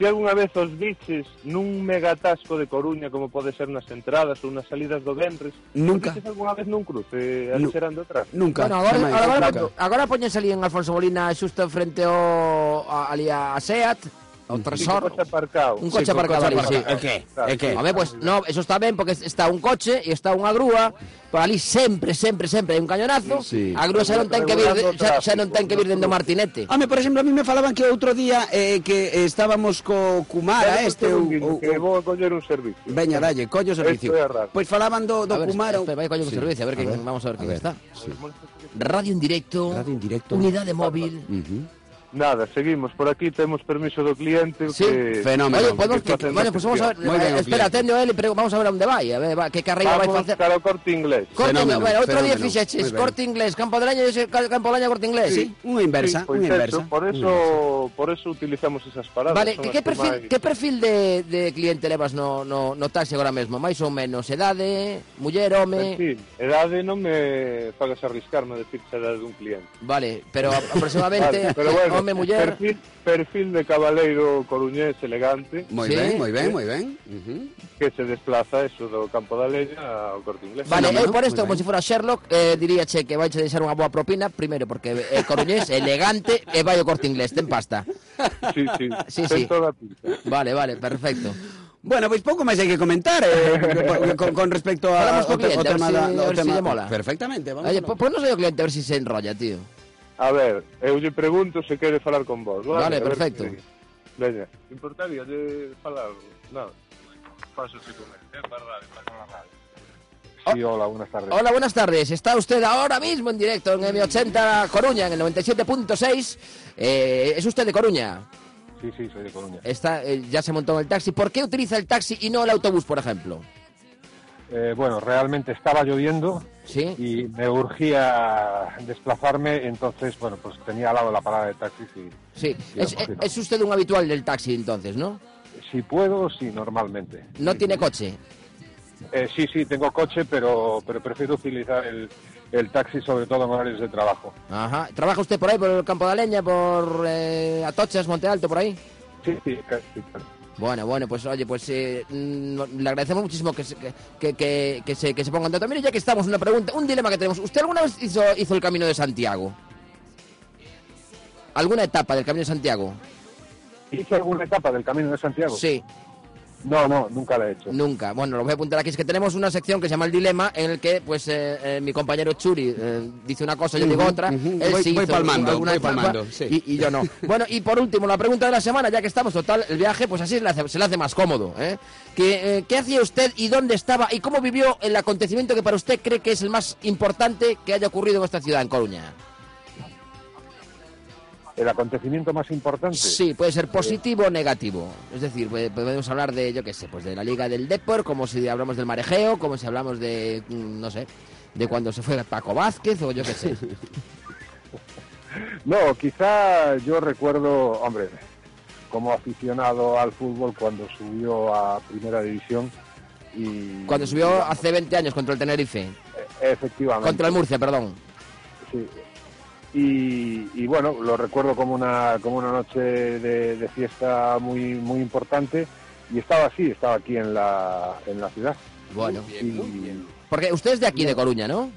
H: si algunha vez os biches nun megatasco de Coruña, como pode ser nas entradas ou nas salidas do Benres,
B: Nunca.
H: os biches algunha vez nun cruce,
B: Nu-
H: ali xerando atrás.
B: Nunca.
A: Bueno, agora,
B: xamais,
A: agora,
B: nunca.
A: agora, agora poñense ali en Alfonso Molina xusto frente ao a, ali a Seat, ao
H: Un
A: Tresor.
H: coche aparcado.
A: Un coche aparcado ali, sí.
B: É que, é que.
A: A ver, pues no, eso está ben porque está un coche e está unha grúa, por ali sempre, sempre, sempre hai un cañonazo.
B: Sí.
A: A grúa xa non ten que vir, de- xa, xa non ten que vir dentro do Martinete.
B: Home, por exemplo, a mí me falaban que outro día eh, que estábamos co Kumara
H: Dame un
B: este ou,
H: segundinho,
B: ou,
H: que
B: ou...
H: vou a coller un servicio.
B: Veña, dalle, collo o servicio.
H: Esto é raro.
B: Pois falaban do,
A: A
B: do
A: ver,
B: Kumara...
A: espera, vaya coño que servicio, a ver quién- vamos a ver quién está.
B: Sí.
A: Radio en directo.
B: Radio en directo.
A: Unidad de móvil.
H: Nada, seguimos por aquí, temos permiso do cliente
A: Sí,
H: que...
B: fenómeno.
A: Oye, podemos
H: que
A: que,
H: facen
A: bueno, pues vamos a ver.
B: Muy bien,
A: eh, espera,
B: cliente.
A: atende a él, pero vamos a ver a dónde vai, a ver va, que carreira vai
H: Vamos
A: facer.
H: para o corte inglés.
A: Corte,
B: Fenómeno,
A: bueno, outro día
B: fenómeno. Muy
A: fixeches,
B: bien.
A: corte inglés, campo de año, ese ca- campo de año, corte inglés. ¿eh?
B: Sí, unha inversa,
H: pois
B: unha
H: pues eso,
B: inversa.
H: Por
B: unha
H: eso, por eso utilizamos esas palabras.
A: Vale,
H: son
A: que
H: as
A: que perfil,
H: máis-
A: que perfil de, de cliente levas no, no, no taxi agora mesmo? Mais ou menos, edade, muller, home...
H: Perfil, edade non me fagas arriscarme a decir a edade dun cliente.
A: Vale, pero a-
H: Vale,
A: aproximadamente
H: pero bueno,
A: home, muller...
H: perfil, perfil de cabaleiro coruñés elegante
B: Moi
A: Sí.
B: ben, moi ben, moi ben. Ujú.
H: que se desplaza eso do Campo da Leña ao Corte Inglés.
A: Vale,
B: Fenómeno,
A: eu por
B: muy
A: isto, como
B: ben.
A: se fora Sherlock, eh, diría che que vai che deixar unha boa propina, primeiro porque é coruñés, elegante, e vai ao corte inglés, ten pasta.
H: Sí, sí,
A: Sí, sí.
H: ten toda a pinta.
A: Vale, vale, perfecto.
B: Bueno, pois pouco máis hai que comentar eh, con, con respecto a,
A: Falamos co cliente, a ver si-
B: da-
A: a ver si lle mola.
B: Perfectamente, vamos.
A: Oye,
B: a-
A: po- ponnos aí o cliente a ver si se enrolla, tío.
H: A ver, eh, eu lle pregunto se quere falar con vos.
A: Vale,
H: A ver
A: perfecto.
H: que- Veña, importaría de falar, nada. Paso si con el, é para radio, para la radio. Sí, hola, buenas tardes.
A: Hola, buenas tardes. Está usted ahora mismo en directo en M80 Coruña, en el 97.6. Eh, es usted de Coruña.
H: Sí, sí, soy de Coruña.
A: Está, eh, ya se montó en el taxi. ¿Por qué utiliza el taxi y no el autobús, por ejemplo?
H: Eh, bueno, realmente estaba lloviendo
A: ¿Sí?
H: y me urgía desplazarme, entonces, bueno, pues tenía al lado la parada de taxis y
A: Sí.
H: Sí,
A: Es,
H: imagino.
A: es usted un habitual del taxi entonces, ¿no?
H: si puedo, sí, normalmente.
A: No tiene coche.
H: Eh, sí, sí, tengo coche, pero, pero prefiero utilizar el, el taxi, sobre todo en horarios de trabajo.
A: Ajá. ¿Trabaja usted por ahí, por el Campo de Leña, por eh, Atochas, Monte Alto, por ahí?
H: Sí, sí, casi. casi.
A: Bueno, bueno, pues oye, pues eh, mm, no- le agradecemos muchísimo que se, que, que- que- que se, que se ponga en contacto. Mire, ya que estamos, una pregunta, un dilema que tenemos. ¿Usted alguna vez hizo, hizo el Camino de Santiago? ¿Alguna etapa del Camino de Santiago?
H: ¿Hice alguna etapa del Camino de Santiago?
A: Sí.
H: No, no, nunca la he hecho.
A: Nunca. Bueno, lo voy a apuntar aquí. Es que tenemos una sección que se llama El Dilema, en el que pues eh, eh, mi compañero Churi eh, dice una cosa, yo digo otra.
B: ujú.
A: Él
B: Voy-
A: sí
B: voy
A: hizo
B: palmando,
A: alguna
B: voy
A: trampa
B: palmando, sí.
A: y, y yo no. Bueno, y por último, la pregunta de la semana, ya que estamos, total, el viaje, pues así se le hace, se le hace más cómodo. ¿eh? ¿Qué, eh, qué hacía usted y dónde estaba y cómo vivió el acontecimiento que para usted cree que es el más importante que haya ocurrido en esta ciudad, en Coruña?
H: El acontecimiento más importante.
A: Sí, puede ser positivo o negativo. Es decir, puede- podemos hablar de, yo qué sé, pues de la Liga del Depor, como si hablamos del marejeo, como si hablamos de, mm, no sé, de cuando se fue Paco Vázquez o yo qué sé.
H: No, quizá yo recuerdo, hombre, como aficionado al fútbol cuando subió a Primera División y...
A: Cuando subió hace 20 años contra el Tenerife,
H: Efectivamente.
A: contra el Murcia, perdón.
H: Sí. Y, y bueno, lo recuerdo como una, como una noche de, de fiesta muy, muy importante y estaba así, estaba aquí en la, en la ciudad.
A: Bueno,
H: y,
A: porque usted es de aquí, de Coruña, ¿no?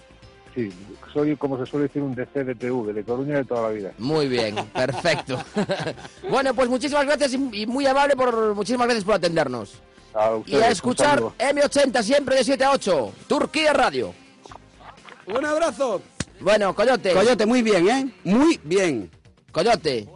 H: Sí, soy como se suele decir un DC de TV, de Coruña de toda la vida.
A: Muy bien, perfecto. bueno, pues muchísimas gracias y y muy amable por muchísimas gracias por atendernos. Y
H: A
A: a
H: ustedes,
A: escuchar
H: un saludo.
A: M80 siempre de 7 a 8, Turquía Radio.
B: Un abrazo.
A: Bueno, Coyote.
B: Coyote, muy bien, ¿eh? Muy bien.
A: Coyote.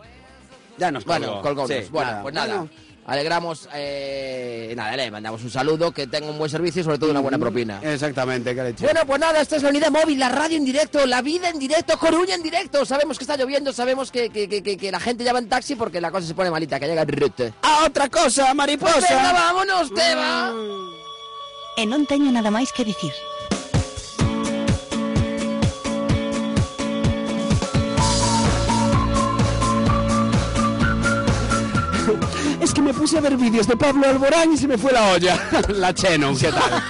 B: Ya nos
A: Bueno, colgó.
B: Sí,
A: bueno, pues nada.
B: Bueno,
A: Alegramos, eh, nada, le mandamos un saludo, que tenga un buen servicio y sobre todo una buena propina.
B: Exactamente, que
A: Bueno, pues nada, esta es la unidad móvil, la radio en directo, la vida en directo, Coruña en directo. Sabemos que está lloviendo, sabemos que, que- que- que- que la gente ya va en taxi porque la cosa se pone malita, que llega el rute.
B: A otra cosa,
A: Pues Venga, Mm.
B: mariposa.
A: vámonos, Teba.
C: E non teño nada máis que dicir.
B: Es que me puse a ver vídeos de Pablo Alborán y se me fue la olla. la Chenon, ¿qué tal?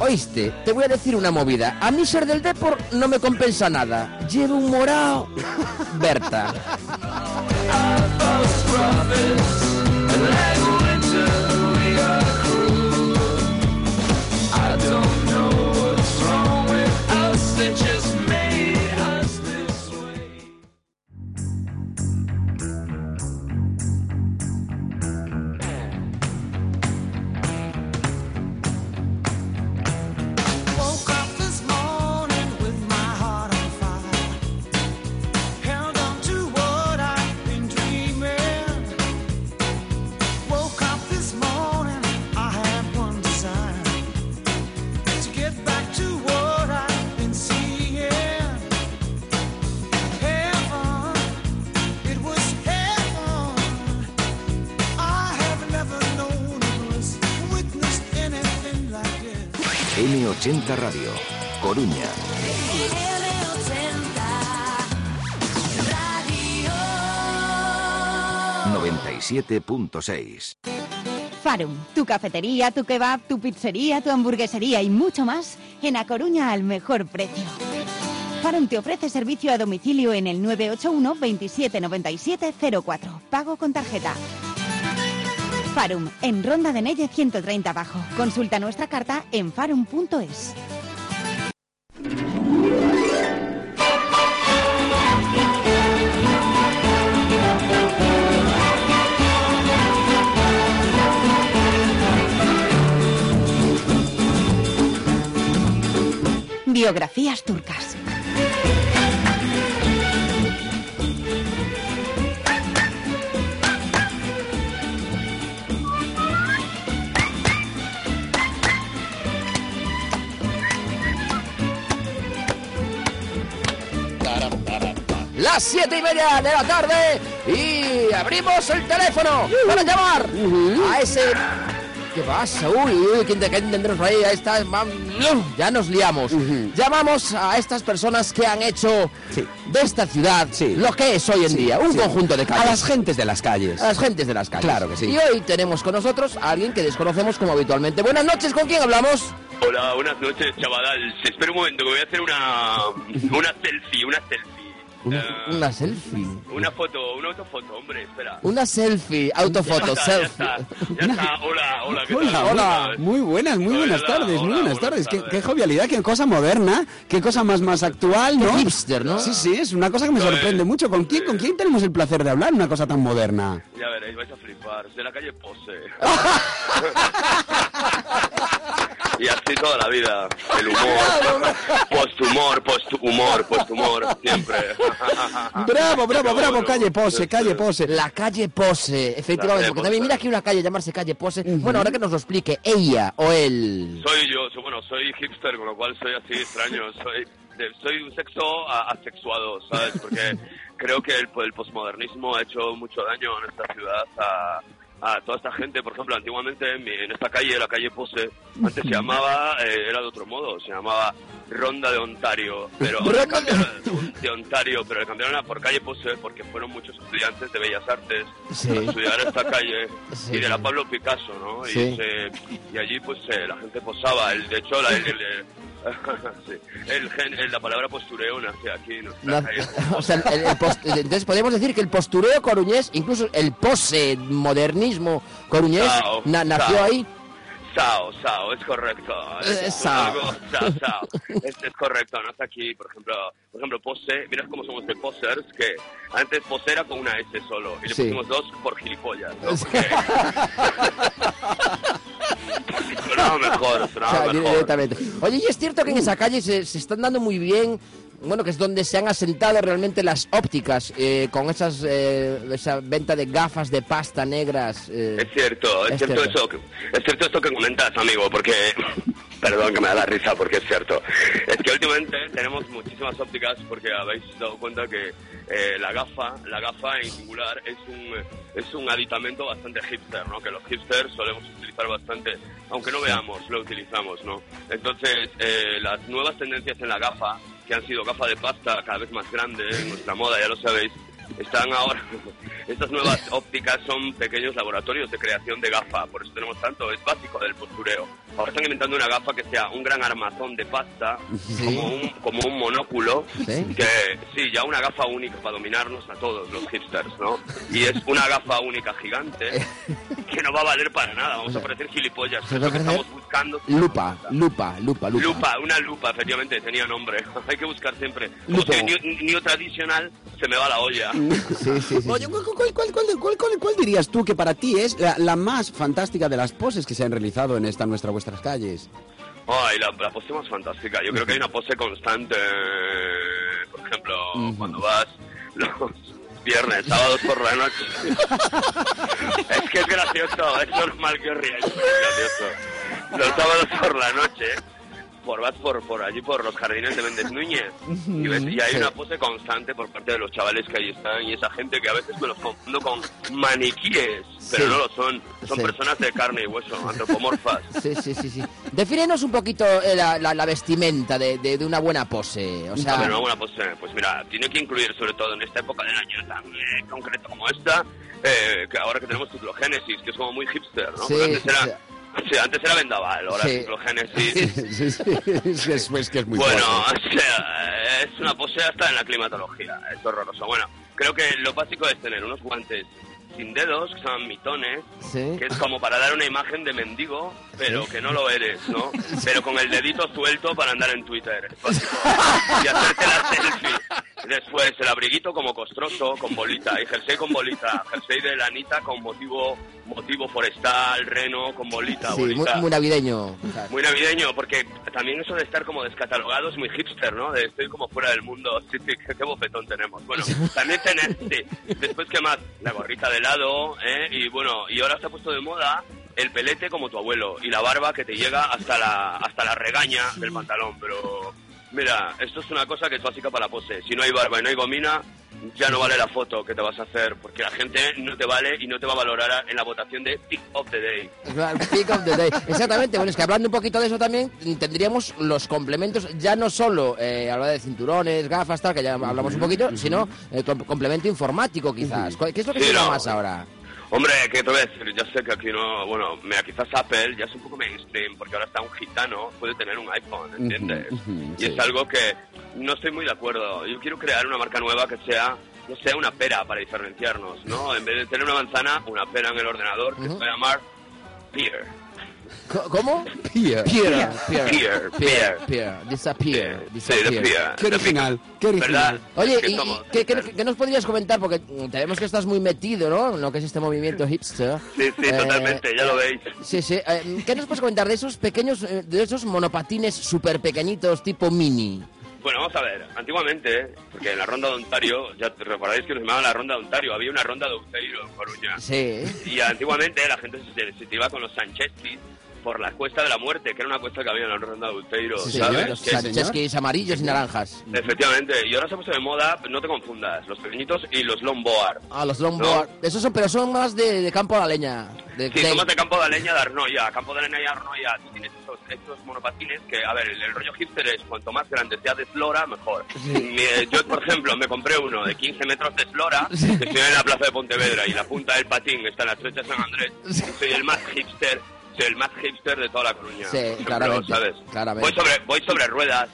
A: Oíste, te voy a decir una movida. A mí ser del Depor no me compensa nada. Llevo un morao. Berta.
G: Woke up this morning with my heart on fire. Held on to what I've been dreaming. Woke up this morning, I had one desire to get back to what I've been seeing. Heaven, it was heaven. I have never known or witnessed anything like this.
F: M80 Radio, Coruña. M80 Radio. 97.6.
C: Farum, tu cafetería, tu kebab, tu pizzería, tu hamburguesería y mucho más en A Coruña al mejor precio. Farum te ofrece servicio a domicilio en el 981 27 97 04. Pago con tarjeta. Farum, en Ronda de Nelle 130 Bajo. Consulta nuestra carta en farum.es. Biografías turcas.
A: las siete y media de la tarde y abrimos el teléfono para llamar a ese... ¿Qué pasa? Uy, uy, ¿quién, te- quién tendremos por ahí? Ahí está, mam- ya nos liamos. Llamamos a estas personas que han hecho
B: Sí.
A: de esta ciudad
B: Sí.
A: lo que es hoy en día, un
B: Sí.
A: conjunto de calles.
B: A las gentes de las calles.
A: A las gentes de las calles.
B: Claro que sí.
A: Y hoy tenemos con nosotros a alguien que desconocemos como habitualmente. Buenas noches, ¿con quién hablamos?
I: Hola, buenas noches, chaval. Espera un momento, que voy a hacer una, una selfie, una selfie.
A: Una,
I: Eh,
A: una selfie.
I: Una foto, una autofoto, hombre, espera.
A: Una selfie, autofoto,
I: ya
A: selfie.
I: Está, ya está, ya está. hola, hola, ¿qué
B: Hola,
I: tal?
B: hola. Muy buenas, muy
I: Hola,
B: buenas
I: hola,
B: tardes, muy
I: hola,
B: buenas
I: buenas
B: tardes. Qué,
I: tardes.
B: qué jovialidad, qué cosa moderna, qué cosa más más actual, ¿no?
A: hipster, ¿no?
B: Sí, sí, es una cosa que me
I: Joder.
B: sorprende mucho. ¿Con quién, con quién tenemos el placer de hablar? Una cosa tan moderna.
I: Ya veréis, vais a flipar. De la calle Pose. y así toda la vida. El humor. Posthumor, posthumor, posthumor. Siempre.
B: Bravo, bravo,
I: Pero
B: bravo,
I: Ah, bueno,
B: calle
I: este,
B: pose, calle pose.
A: La calle Pose, efectivamente,
I: calle
A: porque
I: Pose.
A: también mira aquí una calle llamarse calle Pose. Bueno, ahora que nos lo explique ella o él.
I: Soy yo, soy- bueno, soy hipster, con lo cual soy así extraño. Soy de, soy un sexo a- asexuado, ¿sabes? Porque creo que el, el posmodernismo ha hecho mucho daño en esta ciudad a, a toda esta gente. Por ejemplo, antiguamente en, mi- en esta calle, la calle Pose, antes se llamaba, eh, era de otro modo, se llamaba Ronda de Ontario. Pero le
A: Ronda de-
I: cambiaron- de Ontario, pero le cambiaron a por calle Pose porque fueron muchos estudiantes de Bellas Artes
A: Sí.
I: a estudiar esta calle eh,
A: Sí.
I: y de la Pablo Picasso, ¿no? Y
A: Sí.
I: se- y allí pues eh, la gente posaba. El, de hecho, la, el, el- el- sí. El gen- el- la palabra postureo nace aquí. en nuestra
A: Na-
I: calle.
A: o sea, el- el post- entonces podemos decir que el postureo coruñés, incluso el pose modernismo coruñés,
I: Chao,
A: na- nació
I: chao.
A: ahí.
I: Sao, sao, es correcto.
A: Eh,
I: Es
A: sao.
I: algo- sao, sao. Es, es correcto, nace aquí, por ejemplo, por ejemplo, pose, mirad cómo somos de posers, que antes pose era con una S solo, y le
A: Sí.
I: pusimos dos por gilipollas, ¿no? Porque... Sonaba mejor,
A: O sea,
I: sonaba mejor.
A: directamente. Oye, y es cierto que en esa calle se, se están dando muy bien, bueno, que es donde se han asentado realmente las ópticas, eh, con esas, eh, esa venta de gafas de pasta negras. eh.
I: Es cierto, es,
A: Es
I: cierto,
A: cierto.
I: eso. que- Es cierto esto que comentas, amigo, porque. Perdón que me da la risa, porque es cierto. Es que últimamente tenemos muchísimas ópticas porque habéis dado cuenta que eh, la gafa, la gafa en singular es un es un aditamento bastante hipster, ¿no? Que los hipsters solemos utilizar bastante, aunque no veamos, lo utilizamos, ¿no? Entonces eh, las nuevas tendencias en la gafa, que han sido gafa de pasta cada vez más grande en nuestra moda, ya lo sabéis, están ahora. Estas nuevas ópticas son pequeños laboratorios de creación de gafa, por eso tenemos tanto, es básico del postureo. Ahora están inventando una gafa que sea un gran armazón de pasta,
A: Sí.
I: como, un, como un monóculo,
A: Sí.
I: que sí, ya una gafa única para dominarnos a todos los hipsters, ¿no? Y es una gafa única gigante que no va a valer para nada, vamos a parecer gilipollas,
A: se
I: es lo que
A: va a parecer
I: estamos buscando.
A: Lupa, lupa, lupa, lupa.
I: Lupa, una lupa, efectivamente, tenía nombre. Hay que buscar siempre. Como
A: Lupo.
I: soy new, new tradicional, se me va la olla.
A: Sí, sí, sí.
B: Oye, ¿cuál, cuál, cuál- cuál- cuál- cuál- cuál dirías tú que para ti es la, la más fantástica de las poses que se han realizado en esta nuestra vuestras calles?
I: Ay, la, la pose más fantástica. Yo creo que hay una pose constante. Por ejemplo, cuando vas los viernes, sábados por la noche. es que es gracioso, es normal que os riáis, pero es gracioso. Los sábados por la noche. Por, vas por, por allí, por los jardines de Méndez Núñez. Y, ves- y hay
A: Sí.
I: una pose constante por parte de los chavales que ahí están y esa gente que a veces me los confundo con maniquíes, pero
A: Sí.
I: no lo son. Son
A: Sí.
I: personas de carne y hueso, antropomorfas.
A: Sí, sí, sí, sí. Defírenos un poquito eh, la, la- la vestimenta de, de- de una buena pose. O sea,
I: A ver, una buena pose. Pues mira, tiene que incluir, sobre todo en esta época del año tan eh, concreto como esta, eh, que ahora que tenemos ciclogénesis, que es como muy hipster, ¿no?
A: Sí,
I: Pero antes, era,
A: o sea-
I: sí, antes era vendaval, ahora
A: Sí.
I: ciclogénesis.
B: Sí, sí, es, es- es que es muy
I: Bueno,
B: fuerte.
I: o sea, es una pose hasta en la climatología, es horroroso. Bueno, creo que lo básico es tener unos guantes sin dedos, que son mitones,
A: Sí.
I: que es como para dar una imagen de mendigo, pero que no lo eres, ¿no? Pero con el dedito suelto para andar en Twitter, es básico. y hacerte la selfie. Después, el abriguito como costroso, con bolita, y jersey con bolita, jersey de lanita con motivo motivo forestal, reno, con bolita,
A: sí, muy,
I: bolita.
A: muy navideño. O sea,
I: Muy navideño, porque también eso de estar como descatalogado es muy hipster, ¿no? De estoy como fuera del mundo. Sí, sí, qué, qué bofetón tenemos. Bueno, también tener, sí. Después, ¿qué más? La gorrita de lado, ¿eh? Y bueno, y ahora se ha puesto de moda el pelete como tu abuelo y la barba que te llega hasta la, hasta la regaña del pantalón, pero... Mira, esto es una cosa que es básica para la pose. Si no hay barba y no hay gomina, ya no vale la foto que te vas a hacer, porque la gente no te vale y no te va a valorar a- en la votación de Pick of the Day.
A: claro, pick of the day. Exactamente, bueno, es que hablando un poquito de eso también, tendríamos los complementos, ya no solo eh, hablar de cinturones, gafas, eh, tal, que ya hablamos un poquito, sino el com- complemento informático quizás. ¿Cuál- ¿Qué es lo que
I: Sí,
A: se usa
I: no.
A: más ahora?
I: Hombre, ¿qué te voy a decir? Yo sé que aquí no... Bueno, mira, quizás Apple ya es un poco mainstream, porque ahora está un gitano, puede tener un iPhone, ¿entiendes?
A: Ujú, ujú,
I: Y
A: sí.
I: es algo que no estoy muy de acuerdo. Yo quiero crear una marca nueva que sea, no sea una pera para diferenciarnos, ¿no? En vez de tener una manzana, una pera en el ordenador, que se va a llamar Peer.
A: Co- ¿Cómo? Pierre.
B: Pierre.
I: Pierre,
A: Pierre. Pierre.
I: Pierre.
A: Pierre. Disappear.
I: Sí,
A: disappear.
I: de Pierre.
B: Qué original, qué original.
I: ¿Verdad?
A: Oye,
I: ¿Qué
A: ¿y, y
I: somos?
A: qué, qué- qué nos podrías comentar? Porque mm, te vemos que estás muy metido, ¿no? En lo que es este movimiento hipster.
I: Sí, sí,
A: Eh,
I: totalmente, ya lo veis.
A: Sí, sí. Eh, ¿Qué nos puedes comentar de esos pequeños, eh, de esos monopatines súper pequeñitos tipo mini?
I: Bueno, vamos a ver. Antiguamente, porque en la ronda de Ontario, ya te recordáis que nos llamaban la ronda de Ontario, había una ronda de Ontario en Coruña.
A: Sí.
I: Y antiguamente la gente se, se iba con los Sanchezquis por la cuesta de la muerte, que era una cuesta que había en la ronda de Ontario,
A: Sí, señor.
I: ¿sabes?
A: Los
I: Que-
A: sanchesquis amarillos y naranjas.
I: efectivamente. Y ahora se puso de moda, no te confundas, los pequeñitos y los longboard.
A: Ah, los longboard. Esos son, pero son más de, de campo a la leña. De,
I: Sí,
A: de-
I: somos de Campo de Aleña de Arnoia. Campo de Aleña y Arnoia. Tú tienes estos, estos monopatines que, a ver, el, el rollo hipster es cuanto más grande sea de flora, mejor. Mi- eh, yo, por ejemplo, me compré uno de 15 metros de flora, que estoy en la plaza de Pontevedra y la punta del patín está en la estrecha de San Andrés. Y soy el más hipster. Soy el más hipster de toda la Coruña.
A: Sí,
I: por ejemplo,
A: claramente,
I: ¿sabes?
A: claramente.
I: Voy sobre, voy sobre ruedas.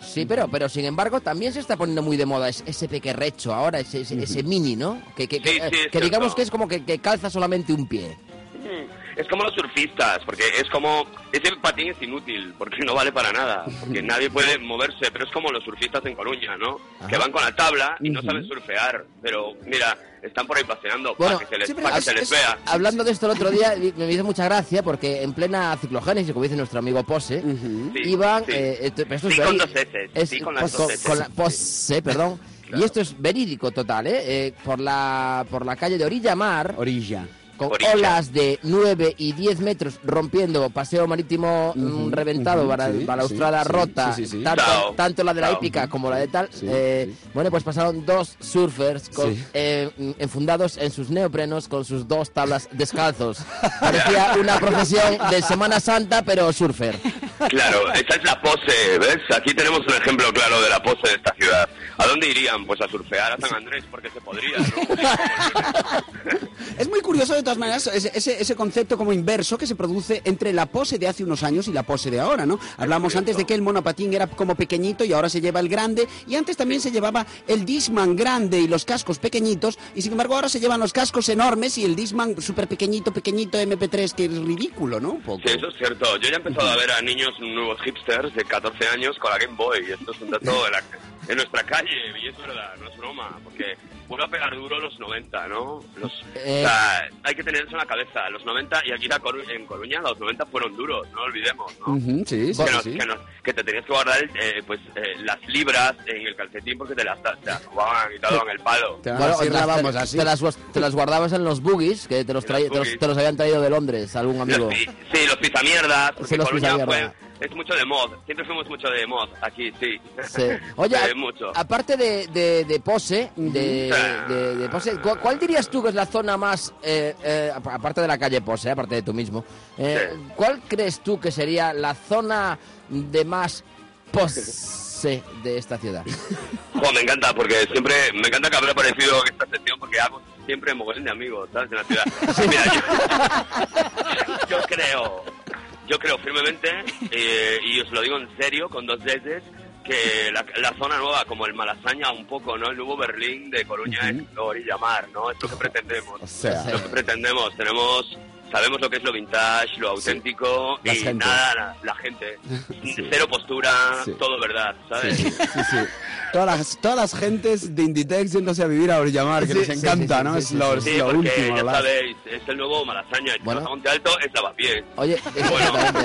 A: Sí, pero, pero sin embargo también se está poniendo muy de moda es- ese pequerrecho ahora, ese, ese, ese mini, ¿no? Que, que, que,
I: Sí, sí,
A: eh,
I: es
A: que
I: cierto.
A: digamos que es como que, que calza solamente un pie.
I: Mm. Es como los surfistas, porque es como... Ese patín es inútil, porque no vale para nada, porque nadie puede moverse, pero es como los surfistas en Coruña, ¿no? Que van con la tabla y no saben surfear, pero mira, están por ahí paseando
A: Bueno,
I: para que se les,
B: sí, pero
I: para que
B: es-
I: se les
B: es-
I: vea.
A: Hablando de esto el otro día vi- me hizo mucha gracia porque en plena ciclogénesis, como dice nuestro amigo Pose,
I: Sí,
A: iban...
I: sí.
A: eh, esto- pero esto
I: Sí,
A: es
I: con
A: veri-
I: dos Ss,
A: es-
I: sí, con las
A: pues,
I: dos Ss.
A: con la- Pose, perdón. Y esto es verídico total, ¿eh? Eh, por, la, por la calle de Orilla Mar,
B: Orilla.
A: con
I: Orilla.
A: olas de 9 y 10 metros rompiendo paseo marítimo mm, reventado,
B: ujú,
A: bala-
B: sí,
A: balaustrada
B: sí, sí,
A: rota,
B: sí, sí, sí.
A: Tanto,
I: Chao.
A: tanto la de la
I: Chao.
A: hípica como la de tal.
B: Sí,
A: eh,
B: sí.
A: Bueno, pues pasaron dos surfers con-
B: Sí.
A: eh, mm, enfundados en sus neoprenos con sus dos tablas descalzos. Parecía una procesión de Semana Santa, pero surfer.
I: Claro, esta es la pose, ¿ves? Aquí tenemos un ejemplo claro de la pose de esta ciudad. ¿A dónde irían? Pues a surfear a San Andrés, porque se podría, ¿no?
B: Es muy curioso de todas maneras ese, ese- ese concepto como inverso que se produce entre la pose de hace unos años y la pose de ahora, ¿no? Hablamos antes de que el monopatín era como pequeñito y ahora se lleva el grande y antes también se llevaba el Disman grande y los cascos pequeñitos y sin embargo ahora se llevan los cascos enormes y el Disman súper pequeñito, pequeñito MP3 que es ridículo, ¿no? Un poco.
I: Sí, eso es cierto. Yo ya he empezado a ver a niños nuevos hipsters de 14 años con la Game Boy. Esto es un dato de, la- de nuestra calle, y es verdad, no es broma. Porque vuelve a pegar duro los 90, ¿no? Los,
A: Eh.
I: o sea, hay que tener eso en la cabeza. Los 90, y aquí la Coru- en Coruña los 90 fueron duros, no lo olvidemos, ¿no?
B: Ujú, sí, sí,
I: Que, nos-
B: sí.
I: que nos- que te tenías que guardar eh, pues, eh, las libras en el calcetín porque te las ta- te las jugaban y te daban el palo.
B: Te-
A: Bueno,
B: así
A: te las-
B: grabamos,
A: te-
B: así.
A: Te, las, guas- te las guardabas en los boogies, que te los,
I: En
A: traía-
I: los
A: te los-
I: boogies.
A: te los habían traído de Londres algún amigo.
I: Los pi- sí, los pisamierdas. Porque
A: los
I: Coruña
A: pisamierda.
I: fue- es mucho de mod. Siempre fuimos mucho de mod aquí, sí.
A: Sí. Oye,
I: Eh,
A: a-
I: mucho.
A: aparte de, de- de pose, de, de- de pose, ¿cu- ¿cuál dirías tú que es la zona más, eh, eh, ap- aparte de la calle pose, eh, aparte de tú mismo, eh,
I: Sí.
A: ¿cuál crees tú que sería la zona de más pose de esta ciudad?
I: Jo, me encanta, porque siempre me encanta que habrá aparecido esta sección porque hago siempre mogollón de amigos, ¿sabes? En la ciudad. Mira, yo, yo creo, yo creo firmemente, eh, y os lo digo en serio, con dos veces, que la, la zona nueva, como el Malasaña un poco, ¿no? El nuevo Berlín de Coruña es Orilla Mar, ¿no? Es lo que pretendemos.
B: O sea.
I: lo que pretendemos, tenemos... Sabemos lo que es lo vintage, lo auténtico
B: Las
I: y
B: gentes.
I: nada, la, la gente. Cero postura,
B: Sí.
I: todo verdad, ¿sabes?
B: Sí, sí. Todas las, todas las gentes de Inditex yéndose a vivir a Orillamar, que
A: Sí,
B: les
A: sí,
B: encanta,
A: sí, sí,
B: ¿no?
A: sí,
B: es
A: sí,
B: lo,
I: Sí,
B: es lo
I: porque
B: último.
I: ya
B: la-
I: sabéis, es el nuevo Malasaña. El
A: Bueno.
I: bueno. Monte Alto es Lavapiés.
A: Oye, exactamente.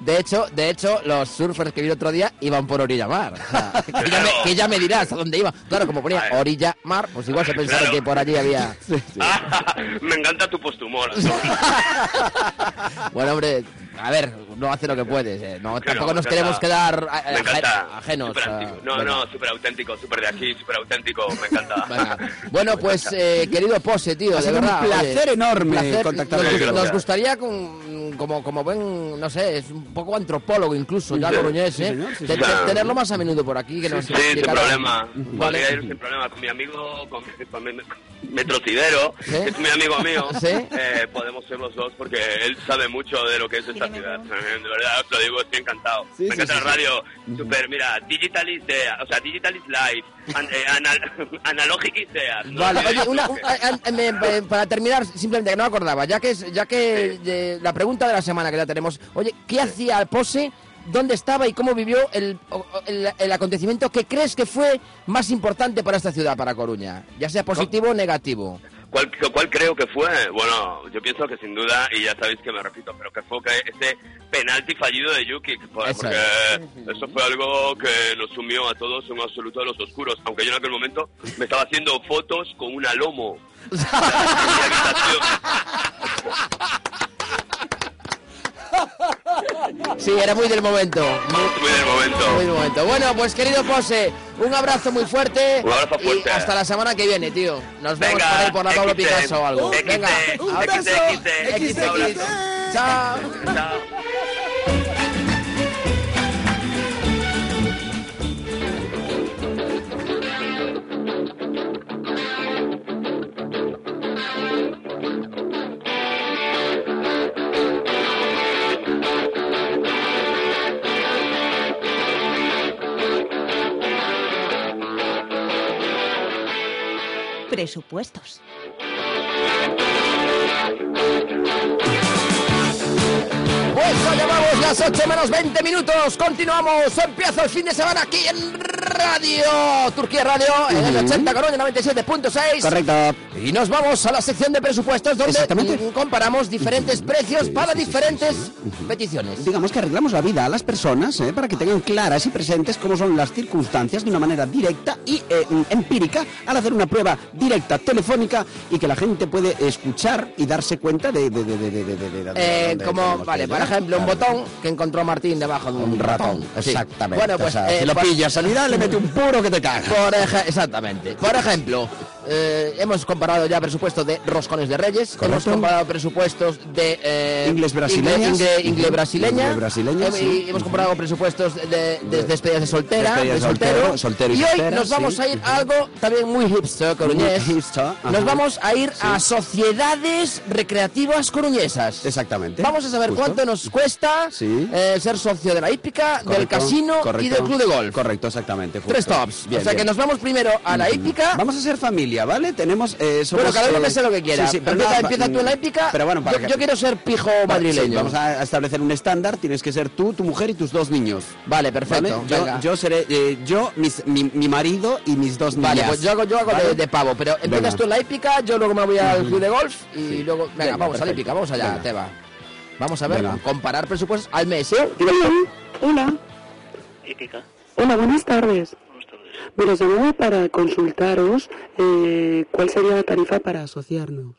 A: De hecho, de hecho, los surfers que vi el otro día iban por orilla mar. O sea, que, ya me, que ya me dirás a dónde iban. Claro, como ponía
I: Claro.
A: orilla mar, pues igual se pensaba
I: Claro.
A: que por allí había...
I: Ah, me encanta tu posthumor.
A: Bueno, hombre, A ver, no hace lo que puedes. eh. No,
I: Claro,
A: tampoco nos
I: me
A: queremos
I: encanta.
A: quedar a-
I: pues Me
A: aje-
I: encanta.
A: ajenos. eh,
I: Súper
A: a-
I: antiguo. No,
A: venga.
I: no, súper auténtico, súper de aquí, súper auténtico. Me encanta.
A: Venga. Bueno, pues eh, querido Pose, tío,
B: Ha
A: de
B: sido un
A: verdad.
B: placer enorme contactar
A: contactar nos,
I: contigo.
A: nos gustaría, con- como, como buen, no sé, es un poco antropólogo incluso, ya
I: Sí,
A: coruñés,
B: sí,
A: ¿eh?
B: señor, sí,
A: Te-
I: sí.
A: te- tenerlo más a menudo por aquí. Que nos
I: Sí, sin
A: explicara-
I: problema.
A: Vale.
I: Podría ir sin problema con mi amigo, con, con mi con mi trocidero,
A: ¿Sí?
I: que es mi amigo mío.
A: ¿Sí?
I: Eh, podemos ir los dos porque él sabe mucho de lo que es esta ciudad. Eh, De verdad, os lo digo, estoy encantado.
B: Sí,
I: Me
B: sí,
I: encanta
B: sí,
I: la radio. Super, mira, digital is there, o sea, digital is live, an, eh, anal- analogic is there. ¿no?
A: Vale,
I: Eh,
A: oye, una- un- a- a- me- me- para terminar, simplemente que no me acordaba, ya que, es- ya que de la pregunta de la semana que ya tenemos, oye, ¿qué hacía Pose? ¿Dónde estaba y cómo vivió el, o- o- el- el acontecimiento que crees que fue más importante para esta ciudad, para Coruña? Ya sea positivo o negativo.
I: ¿Cuál, ¿Cuál creo que fue? Bueno, yo pienso que sin duda, y ya sabéis que me repito, pero que fue que ese penalti fallido de Yuki, por-
A: Eso
I: porque eso fue algo que nos sumió a todos en un absoluto de los oscuros, aunque yo en aquel momento me estaba haciendo fotos con una lomo. O sea, en mi habitación.
A: Sí, era muy del momento. Muy,
I: Muy del
A: muy del
I: momento.
A: momento. Bueno, pues querido Pose, un abrazo muy fuerte.
I: Un abrazo
A: y
I: fuerte.
A: hasta la semana que viene, tío. Nos vemos por
I: Venga,
A: ahí por la Pablo
I: XD,
A: Picasso o algo.
I: XD,
A: Venga,
I: un
A: abrazo.
I: beso, XD,
A: XD.
I: un abrazo.
A: Chao.
I: Chao.
C: Presupuestos.
A: Pues ya llevamos las 8 menos 20 minutos. Continuamos. Empieza el fin de semana aquí en Radio Turquía Radio, en el 80 Coruña 97.6.
B: Correcto.
A: Y nos vamos a la sección de presupuestos donde
B: Exactamente.
A: mm, comparamos diferentes precios
B: Sí,
A: para
B: sí, sí, sí,
A: diferentes
B: sí.
A: peticiones.
B: Digamos que arreglamos la vida a las personas ¿eh? para que tengan claras y presentes cómo son las circunstancias de una manera directa y eh, empírica al hacer una prueba directa telefónica y que la gente puede escuchar y darse cuenta de... de, de, de, de, de- de- de- de-
A: Eh,
B: dónde
A: como,
B: tenemos
A: vale,
B: que
A: por
B: llegar.
A: ejemplo, un
B: Claro.
A: botón que encontró Martín debajo de un,
B: Un ratón,
A: Sí.
B: exactamente.
A: Bueno, pues
B: O sea,
A: eh,
B: si lo
A: por-
B: pillas sanidad, le mete un puro que te caga.
A: Por eje- exactamente. Por ejemplo, eh, hemos comparado ya presupuestos de Roscones de Reyes, hemos
B: Correcto.
A: comparado presupuestos de... Eh,
B: Ingles brasileñas.
A: Ingle, ingle brasileña.
B: Ingle brasileñas,
A: Eh,
B: sí.
A: y hemos comparado presupuestos de, de, despedidas de soltera,
B: Despedidas
A: de
B: de
A: soltero.
B: soltero, soltero y
A: hoy
B: soltera,
A: nos vamos
B: sí.
A: a ir a algo también muy hipster, coruñés.
B: Muy hipster, ajá.
A: Nos vamos a ir a sociedades recreativas coruñesas.
B: Exactamente.
A: Vamos a saber
B: Justo.
A: cuánto nos cuesta
B: Sí.
A: eh, ser socio de la hípica, del
B: Correcto,
A: casino y
B: correcto.
A: del club de golf.
B: Correcto, exactamente. justo.
A: Tres tops.
B: Bien,
A: o sea
B: bien. Mm.
A: que nos vamos primero a la hípica.
B: Vamos a ser familia, ¿vale? Tenemos. Eh, somos,
A: bueno, cada uno
B: eh,
A: que sea lo que quiera.
B: sí, sí, pero
A: empieza,
B: nada,
A: empieza tú en la
B: mm,
A: épica.
B: Pero bueno, para
A: yo,
B: que-
A: yo quiero ser pijo
B: para-
A: madrileño.
B: sí, vamos a establecer un estándar. Tienes que ser tú, tu mujer y tus dos niños.
A: Vale, perfecto.
B: ¿vale? Yo,
A: venga.
B: yo seré. eh, yo, mis- mi, mi marido y mis dos niñas.
A: vale, pues yo hago, yo hago de-
B: ¿Vale?
A: de, pavo. Pero empiezas
B: Venga.
A: tú en la épica, yo luego me voy al club de golf y luego. Venga,
B: Venga,
A: vamos a la
B: perfecto.
A: épica, vamos allá,
B: Venga.
A: Teba. Vamos a ver,
B: Venga.
A: comparar presupuestos al mes. ¿eh?
J: Hola. Hola, buenas tardes. Mira, llamaba para consultaros eh, cuál sería la tarifa para asociarnos.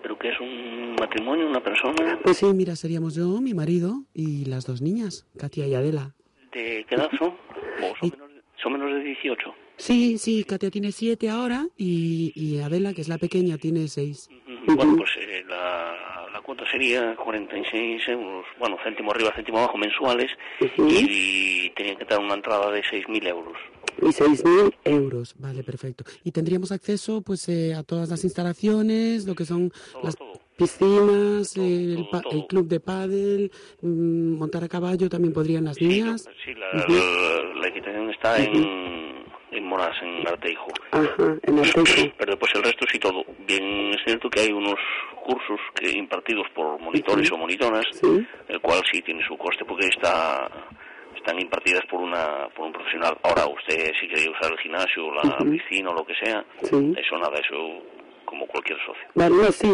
K: ¿Pero qué es un matrimonio, una persona?
J: Pues sí, mira, seríamos yo, mi marido y las dos niñas, Katia y Adela.
K: ¿De qué edad son? ¿O son, menos, son menos de 18?
J: Sí, sí, Katia tiene siete ahora y, y Adela, que es la pequeña, tiene seis.
K: Ujú. Bueno, pues eh, la, la cuota sería 46 euros, bueno, céntimo arriba, céntimo abajo mensuales y tenían que dar una entrada de 6.000 euros.
J: Y seis mil euros, vale, perfecto. Y tendríamos acceso, pues, eh, a todas las instalaciones, lo que son
K: Todo,
J: las
K: todo.
J: piscinas,
K: Todo,
J: el,
K: todo,
J: pa- el
K: todo.
J: club de pádel, mm, montar a caballo, también podrían las
K: Sí, no,
J: niñas.
K: sí, la, la- la equitación está en, en Moras, en Arteijo.
J: Ajá, en el techo.
K: Pero después el resto sí todo. Bien es cierto que hay unos cursos que impartidos por monitores o monitoras,
J: Sí.
K: el cual sí tiene su coste porque está están impartidas por una por un profesional. Ahora usted si quiere usar el gimnasio, la piscina o lo que sea,
J: Sí.
K: eso nada, eso como cualquier socio.
J: Vale, no, sí,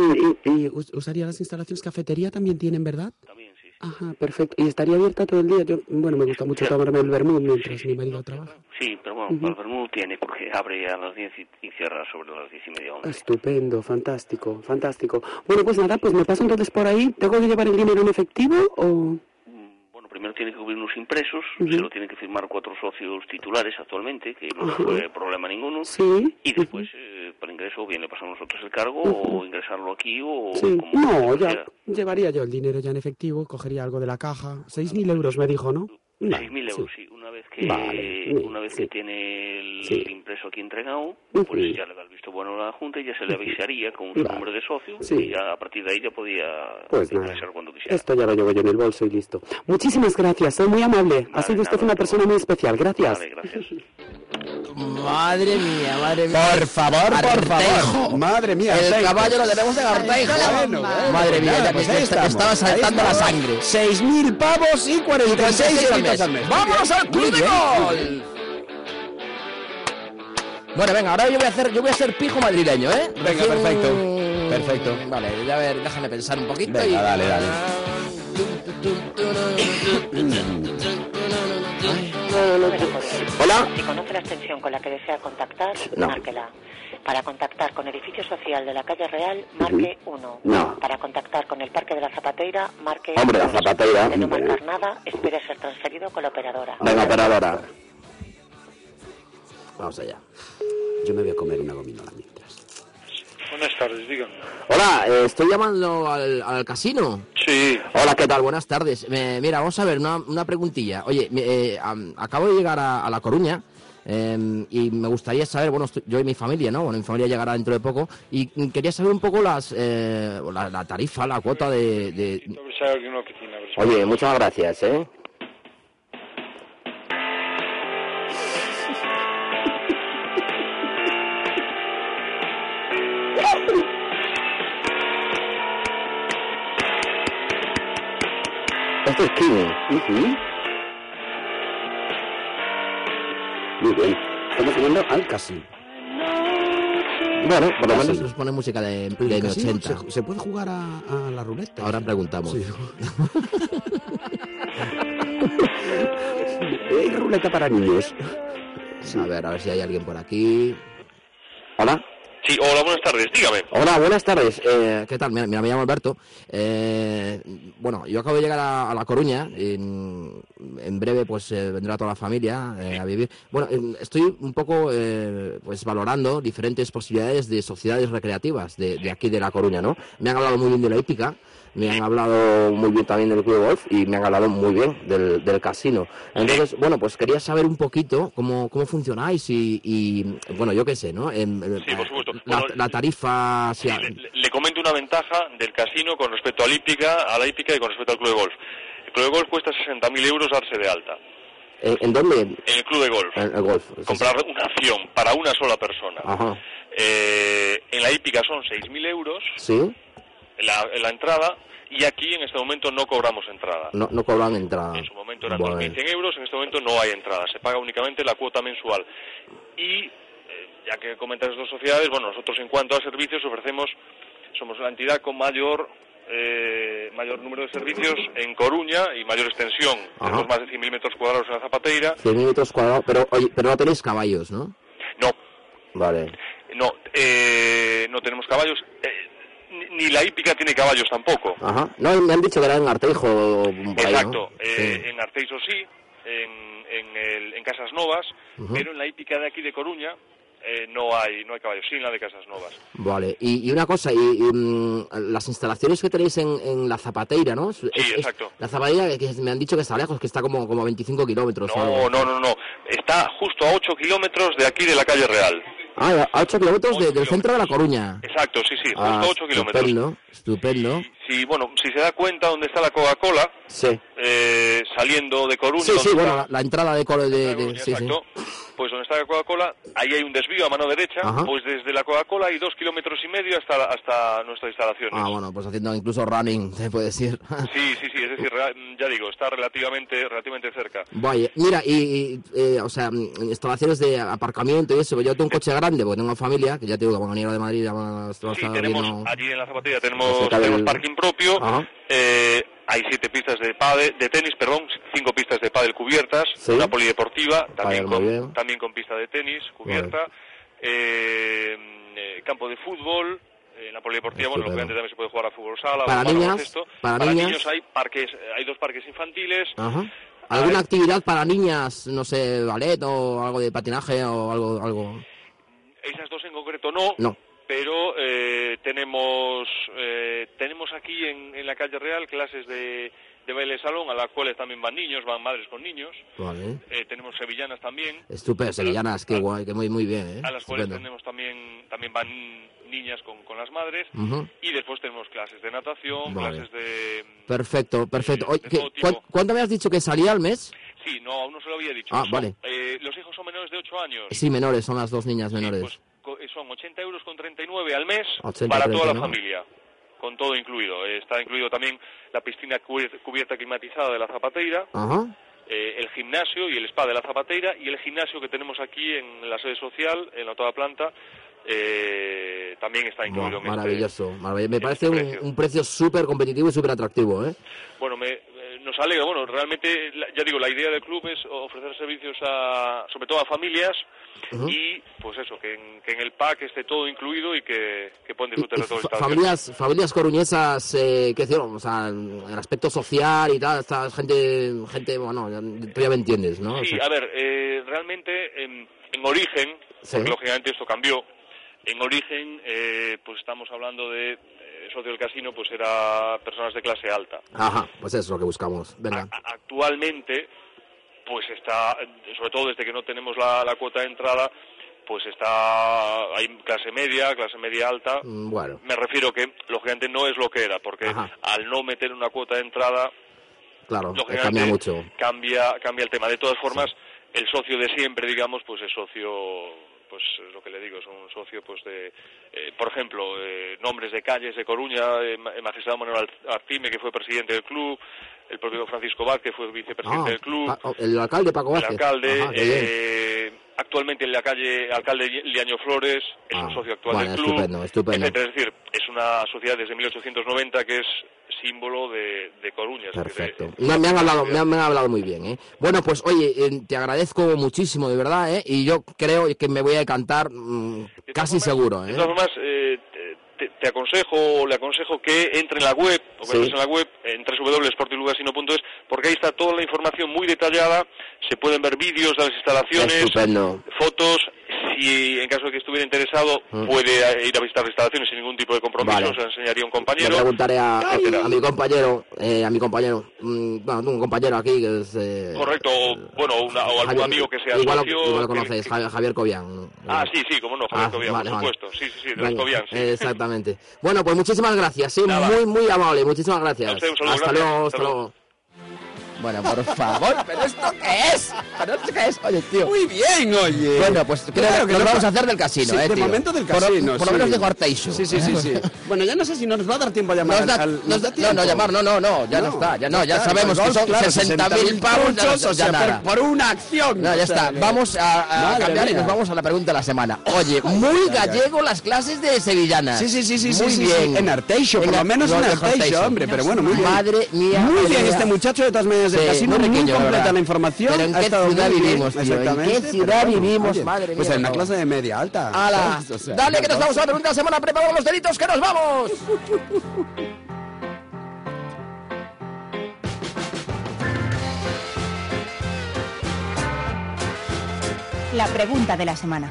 J: y, y us- usaría las instalaciones. Cafetería también tienen, ¿verdad?
K: También sí, sí.
J: Ajá, perfecto. Y estaría abierta todo el día. Yo, bueno, me gusta mucho tomarme el vermut mientras mi marido trabaja.
K: Sí, pero bueno,
J: Ujú.
K: para el vermú tiene porque abre a las 10 y, y cierra sobre las 10 y media. once.
J: Estupendo, fantástico, fantástico. Bueno, pues nada, pues me paso entonces por ahí. ¿Tengo que llevar el dinero en efectivo o...?
K: Bueno, primero tiene que cubrir unos impresos,
J: Ujú.
K: se lo tienen que firmar cuatro socios titulares actualmente, que no
J: Ujú.
K: fue problema ninguno.
J: Sí.
K: Y después, eh, para ingreso, o bien le pasamos nosotros el cargo
J: Ujú.
K: o ingresarlo aquí o...
J: Sí.
K: como-
J: No,
K: como
J: ya
K: sea.
J: llevaría yo el dinero ya en efectivo, cogería algo de la caja. 6.000 euros me dijo, ¿no? Vale,
K: 6.000 euros, sí. Una vez que,
J: Vale,
K: una vez que tiene el
J: Sí.
K: impreso aquí entregado,
J: Ujú.
K: pues ya le da el visto bueno a la Junta y ya se le avisaría con su
J: Vale.
K: nombre de socio
J: Sí.
K: y ya a partir de ahí ya podía
J: Pues nada.
K: ingresar cuando quisiera.
J: Esto ya lo llevo yo en el bolso y listo. Muchísimas gracias, soy muy amable. ha sido usted una persona muy especial, gracias.
A: Madre mía, madre mía.
B: Por favor, por favor. Madre mía,
A: El
B: seis.
A: caballo lo tenemos en Arteijo. madre mía, ya
B: pues
A: me- me- me estaba saltando la sangre.
B: 6.000 pavos y 46
A: 46 al
B: euros
A: mes.
B: al mes.
A: ¡Vámonos al
B: Muy
A: club de
B: bien, muy
A: gol!
B: bien.
A: Bueno, venga, ahora yo voy a hacer, yo voy a ser pijo madrileño, ¿eh?
B: Venga,
A: Recién-
B: perfecto. Perfecto.
A: Vale, a ver, déjame pensar un poquito y.
B: Venga, dale, dale.
C: Hola. Si conoce la extensión con la que desea contactar, márquela. Para contactar con Edificio Social de la Calle Real, marque 1. Para contactar con el Parque de la Zapateira, marque
G: Hombre, la zapateira.
C: De no marcar nada, espere a ser transferido con la operadora.
G: Venga, operadora.
B: Vamos allá. Yo me voy a comer una gominola.
L: Buenas tardes, dígame.
A: Hola, eh, estoy llamando al, al casino.
L: Sí.
A: Hola, ¿qué tal? Buenas tardes. Eh, mira, vamos a ver, una, una preguntilla. Oye, me- eh, am- acabo de llegar a, a La Coruña eh, y me gustaría saber, bueno, estoy- yo y mi familia, ¿no? Bueno, mi familia llegará dentro de poco y mm, quería saber un poco las, eh, la, la tarifa, la cuota de... de-
L: A ver si hay alguien en la oficina. a ver si-
G: Oye, muchas gracias, ¿eh? Esto es King. Muy bien. Estamos llegando al casino. Bueno, por lo menos...
A: Nos pone música de,
B: En el
A: de
B: casino
A: 80.
B: Se, se puede jugar a, a la ruleta?
A: Ahora preguntamos.
B: Hay ruleta para niños.
A: A ver, a ver si hay alguien por aquí.
G: Hola.
M: Sí, hola, buenas tardes, dígame.
A: Hola, buenas tardes. Eh, ¿Qué tal? Mira, mira, me llamo Alberto. Eh, bueno, yo acabo de llegar a, a La Coruña. En, en breve, pues eh, vendrá toda la familia eh, a vivir. Bueno, em, estoy un poco eh, pues valorando diferentes posibilidades de sociedades recreativas de, de aquí de La Coruña, ¿no? Me han hablado muy bien de la hípica, me han hablado muy bien también del club de golf y me han hablado muy bien del, del casino. Entonces, bueno, pues quería saber un poquito cómo, cómo funcionáis y, y, bueno, yo qué sé, ¿no? Em, em,
M: Sí, por supuesto.
A: la,
M: Bueno,
A: la tarifa eh, si a-
M: le, le comento una ventaja del casino con respecto a la hípica, a la hípica y con respecto al club de golf. El club de golf cuesta 60.000 euros darse de alta.
A: ¿en, en dónde
M: En el club de golf,
A: el, el golf Ah.
M: comprar una acción para una sola persona.
A: ajá
M: Eh, en la hípica son 6.000 euros
A: sí
M: la, la entrada y aquí en este momento no cobramos entrada.
A: no, no cobran entrada
M: En su momento eran
A: Bueno.
M: 2.100 euros, en este momento no hay entrada, se paga únicamente la cuota mensual. Y eh, ya que comentas las dos sociedades, bueno, nosotros en cuanto a servicios ofrecemos, somos la entidad con mayor eh, mayor número de servicios en Coruña y mayor extensión.
A: Ajá.
M: Tenemos más de 100.000 metros cuadrados en la Zapateira.
A: 100 metros cuadrados pero oye pero no tenéis caballos no
M: No.
A: vale
M: No, eh, no tenemos caballos. eh, ni- ni la hípica tiene caballos tampoco.
A: ajá no me han dicho que era en Arteijo o por ahí, ¿no?
M: Exacto, eh,
A: Sí.
M: en Arteixo sí, en, en, el- en Casas Novas,
A: Ujú.
M: pero en la hípica de aquí de Coruña eh, no hay no hay caballos, sí en la de Casas Novas.
A: vale y, y una cosa y, y, mm, las instalaciones que tenéis en, en la Zapateira no sí
M: exacto.
A: la Zapateira que, que me han dicho que está lejos que está como como a 25 kilómetros o
M: No,
A: algo.
M: no, no, no, está justo a 8 kilómetros de aquí de la calle Real.
A: ah a 8 kilómetros de- del centro de la Coruña
M: Exacto, sí, sí, justo
A: Ah,
M: a 8 kilómetros.
A: estupendo estupendo
M: Si, bueno, si se da cuenta dónde está la Coca-Cola,
A: sí
M: eh, saliendo de Coruña,
A: Sí, sí,
M: donde
A: bueno,
M: está-
A: la, la entrada de cole de... de- sí, sí.
M: Exacto. Pues donde está la Coca-Cola, ahí hay un desvío a mano derecha,
A: Ajá.
M: pues desde la Coca-Cola hay dos kilómetros y medio hasta, hasta nuestras instalaciones.
A: Ah, bueno, pues haciendo incluso running, se puede decir.
M: Sí, sí, sí, es decir, rea- ya digo, está relativamente, relativamente cerca.
A: Vaya, mira, y, y, eh, o sea, mm, instalaciones de aparcamiento y eso, pues yo tengo un coche grande, porque tengo familia, que ya te digo que van a venir de Madrid, ya van a, van a estar
M: Tenemos
A: vino-
M: allí en la zapatilla tenemos,
A: Cerca del-
M: tenemos parking propio,
A: Ajá.
M: eh, Hay siete pistas de pádel- de tenis, perdón, cinco pistas de pádel cubiertas,
L: Sí.
M: una polideportiva,
L: Pádel,
M: también,
L: muy bien.
M: con, también con pista de tenis cubierta, eh, eh, campo de fútbol, eh, en la polideportiva, bueno, lógicamente
L: Estupendo.
M: también se puede jugar a fútbol sala,
A: Para
M: balonmano,
A: niñas,
M: baloncesto.
A: para niñas.
M: niños hay parques, hay dos parques infantiles,
A: Ajá. ¿Alguna actividad para niñas, no sé, ballet o algo de patinaje o algo? algo...
M: Esas dos en concreto no,
A: No.
M: pero eh, tenemos eh, tenemos aquí en, en la calle Real clases de, de baile salón a las cuales también van niños, van madres con niños.
A: Vale.
M: Eh, tenemos sevillanas también,
A: Estupendo, sevillanas, qué guay, que muy, muy bien, ¿eh?
M: a las cuales
A: Estupendo.
M: tenemos también también van niñas con, con las madres.
A: Ujú.
M: Y después tenemos clases de natación,
A: Vale.
M: clases de...
A: Perfecto, perfecto.
M: de
A: Oye,
M: todo
A: ¿qué-
M: tipo.
A: cuán- ¿Cuánto me has dicho que salía al mes?
M: Sí, no, aún no se lo había dicho.
A: Ah,
M: Son-
A: vale.
M: eh, los hijos son menores de 8 años.
A: Sí, menores, son las dos niñas menores.
M: Co- eh, son 80 euros con 39 al mes
A: 80,
M: para toda
A: 39.
M: la familia, con todo incluido. Eh, Está incluido también la piscina cubier- cubierta climatizada de la Zapateira,
A: Ajá.
M: eh, el gimnasio y el spa de la Zapateira y el gimnasio que tenemos aquí en la sede social, en la octava planta, eh, también está
A: Buah,
M: incluido. en este-
A: maravilloso, maravilloso. Me parece un,
M: precio.
A: un precio súper competitivo y súper atractivo, ¿eh?
M: Bueno, me, eh, nos alegra. Bueno, realmente, la- ya digo, la idea del club es ofrecer servicios a, sobre todo a familias
A: Ujú.
M: y, pues eso, que en, que en el pack esté todo incluido y que, que puedan
A: Y-
M: disfrutar
A: y
M: de todo el
A: fa-
M: estadio.
A: familias, familias coruñesas, eh, ¿qué hicieron? O sea, en el aspecto social y tal, esta gente, gente bueno, ya, tú ya me entiendes, ¿no? O
M: Sí,
A: sea,
M: a ver, eh, realmente en, en origen,
A: Sí.
M: porque lógicamente esto cambió, en origen, eh, pues estamos hablando de eh, socio del casino, pues era personas de clase alta.
A: Ajá, pues eso es lo que buscamos. Venga.
M: A- actualmente, pues está, eh, sobre todo desde que no tenemos la, la cuota de entrada, pues está, hay clase media, clase media alta.
A: Mm, Bueno,
M: Me refiero que, lógicamente, no es lo que era, porque
A: Ajá.
M: al no meter una cuota de entrada,
A: claro,
M: Lógicamente,
A: cambia mucho.
M: cambia, cambia el tema. De todas formas, el socio de siempre, digamos, pues es socio, pues es lo que le digo, es un socio, pues de, eh, por ejemplo, eh, nombres de calles de Coruña, eh, ma- el magistrado Manuel Al- Artime, que fue presidente del club, el propio Francisco Vázquez, que fue
A: Ah,
M: vicepresidente del club,
A: Pa- el alcalde Paco
M: el
A: Vázquez.
M: alcalde,
A: Ajá, qué bien.
M: eh, actualmente en la calle, alcalde Li- Liaño Flores, es un socio actual
A: bueno,
M: del club,
A: Ah, estupendo, estupendo.
M: etcétera. Es decir, es una sociedad desde 1890 que es símbolo de, de Coruña. es decir, eh,
A: Perfecto. Me, me han hablado, me, han, me han hablado muy bien, ¿eh? Bueno, pues oye, eh, te agradezco muchísimo, de verdad, ¿eh? Y yo creo que me voy a decantar mm, casi seguro,
M: De
A: ¿eh?
M: todas formas, eh, te, te aconsejo, le aconsejo que entre en la web, o que
A: Sí.
M: entres en la web, en www.sportilugasino.es, porque ahí está toda la información muy detallada, se pueden ver vídeos de las instalaciones,
A: Estupendo.
M: fotos, si en caso de que estuviera interesado,
A: Mm.
M: puede ir a visitar las instalaciones sin ningún tipo de compromiso,
A: Vale.
M: se lo enseñaría un
A: Le
M: compañero.
A: preguntaré a,
M: etcétera.
A: a mi compañero, eh, a mi compañero, mm, bueno, un compañero aquí que es... eh,
M: Correcto, o, bueno, o una- o algún
A: Javier-
M: amigo que sea
A: igual, lo-
M: socio.
A: igual lo
M: que-
A: conoces, Javier, Javier Cobian.
M: Ah, sí, sí, como no, Javier
A: Ah,
M: Cobian,
A: vale,
M: por
A: vale.
M: supuesto. Sí, sí, sí, de los
A: Venga,
M: Cobian, sí.
A: eh, Exactamente. Bueno, pues muchísimas gracias, sí,
M: Nada.
A: muy, muy amable, muchísimas gracias.
M: A usted, un saludo,
A: hasta
M: gracias.
A: luego,
M: Hasta
A: hasta luego. Bueno, por favor, pero esto qué es? ¿Pero esto qué es? Oye, tío.
B: Muy bien, oye.
A: Bueno, pues creo
B: Claro
A: que
B: que
A: nos
B: no-
A: vamos a hacer del casino,
B: Sí,
A: eh,
B: de
A: tío.
B: momento del
A: Por-
B: casino,
A: Por lo menos
B: sí.
A: de Cortation.
B: Sí, sí, sí, sí. bueno, ya no sé si nos va a dar tiempo a llamar
A: Nos da-
B: al-
A: nos da- no, no, llamar, no, no, no, ya no, está, ya no, ya
B: está,
A: sabemos
B: el
A: que son
B: claro,
A: 60.000 pavos, ya no-
B: pulsos, o
A: ya
B: sea, por-
A: nada.
B: por, una
A: No,
B: acción.
A: ya
B: o sea,
A: está.
B: que-
A: Vamos a, a
B: Madre
A: cambiar y
B: mía.
A: nos vamos a la pregunta de la semana. Oye, muy
B: ya, ya.
A: gallego las clases de sevillanas.
B: Sí, sí, sí, sí,
A: Muy
B: sí, sí,
A: bien.
B: sí. En Arteixo, por lo menos en Arteixo, hombre, pero bueno, muy bien.
A: Madre mía.
B: Muy
A: madre
B: bien
A: mía.
B: este muchacho de todas maneras del
A: Sí,
B: casino,
A: muy
B: muy
A: pequeño, la
B: completa
A: verdad.
B: la información.
A: Pero ¿en
B: ha
A: qué
B: estado muy
A: ciudad
B: bien,
A: vivimos, tío? ¿En qué
B: exactamente,
A: ciudad
B: pero
A: vivimos? Madre mía,
B: Pues en una
A: por
B: clase de media alta.
A: ¡Hala!
B: ¿sabes? O sea,
A: Dale, que nos
B: no-
A: vamos a la pregunta de la semana. Preparamos los delitos, que nos vamos.
C: La pregunta de la semana.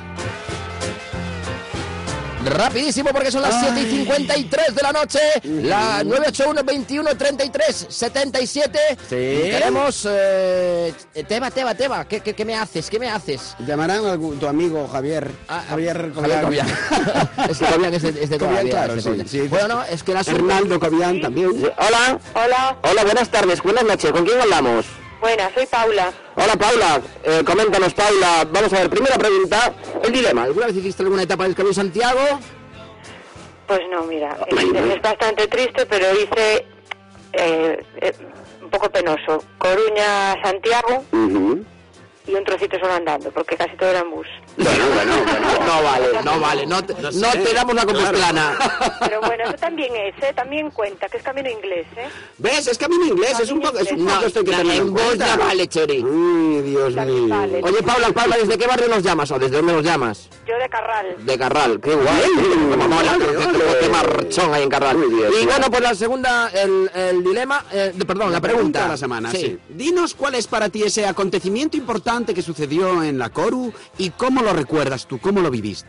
A: Rapidísimo porque son las 7 y 53 de la noche. La 981 21 33 77.
B: Sí.
A: Queremos. eh, Teba, Teba, Teba. ¿Qué, qué, qué me haces? ¿Qué me haces?
B: Llamarán a algún- tu amigo Javier. Javier
A: Javier Cobian. es que Cobian es de, es de toda la
B: Cobian,
A: vida,
B: claro,
A: es de
B: sí,
A: Cobian.
B: sí.
A: Bueno, no, es que la
B: Hernaldo Cobian también.
L: Hola. Hola. Hola, buenas tardes, buenas noches. ¿Con quién hablamos?
N: Buenas, soy Paula.
L: Hola, Paula. Eh, coméntanos, Paula. Vamos a ver, primera pregunta. El dilema.
A: ¿Alguna vez hiciste alguna etapa del Camino de Santiago?
N: Pues no,
C: Ah,
N: mira, es, es bastante triste, pero hice eh, eh, un poco penoso. Coruña, Santiago,
O: y un trocito solo andando, porque casi todo era en bus.
A: No vale, no vale, no te,
O: No
A: no
O: sé,
A: te damos la
O: claro.
A: compostelana.
O: Pero bueno, eso también es, ¿eh? También cuenta, que es camino inglés, ¿eh?
B: ¿Ves? Es camino inglés, es un poco, es un poco esto hay que tener en cuenta. Mm.
A: vale, Chori.
B: Uy, Dios mío.
A: Oye, Paula, Paula, ¿desde qué barrio nos llamas o desde dónde nos llamas?
O: Yo de Carral.
A: De Carral, qué guay. Como mola, qué- qué marchón hay en Carral. Y
B: tío.
A: bueno, pues la segunda, el, el dilema, eh, de- perdón, la pregunta.
B: de la semana, sí. Dinos cuál es para ti ese acontecimiento importante que sucedió en la Coru y cómo lo recuerdas tú, cómo lo viviste.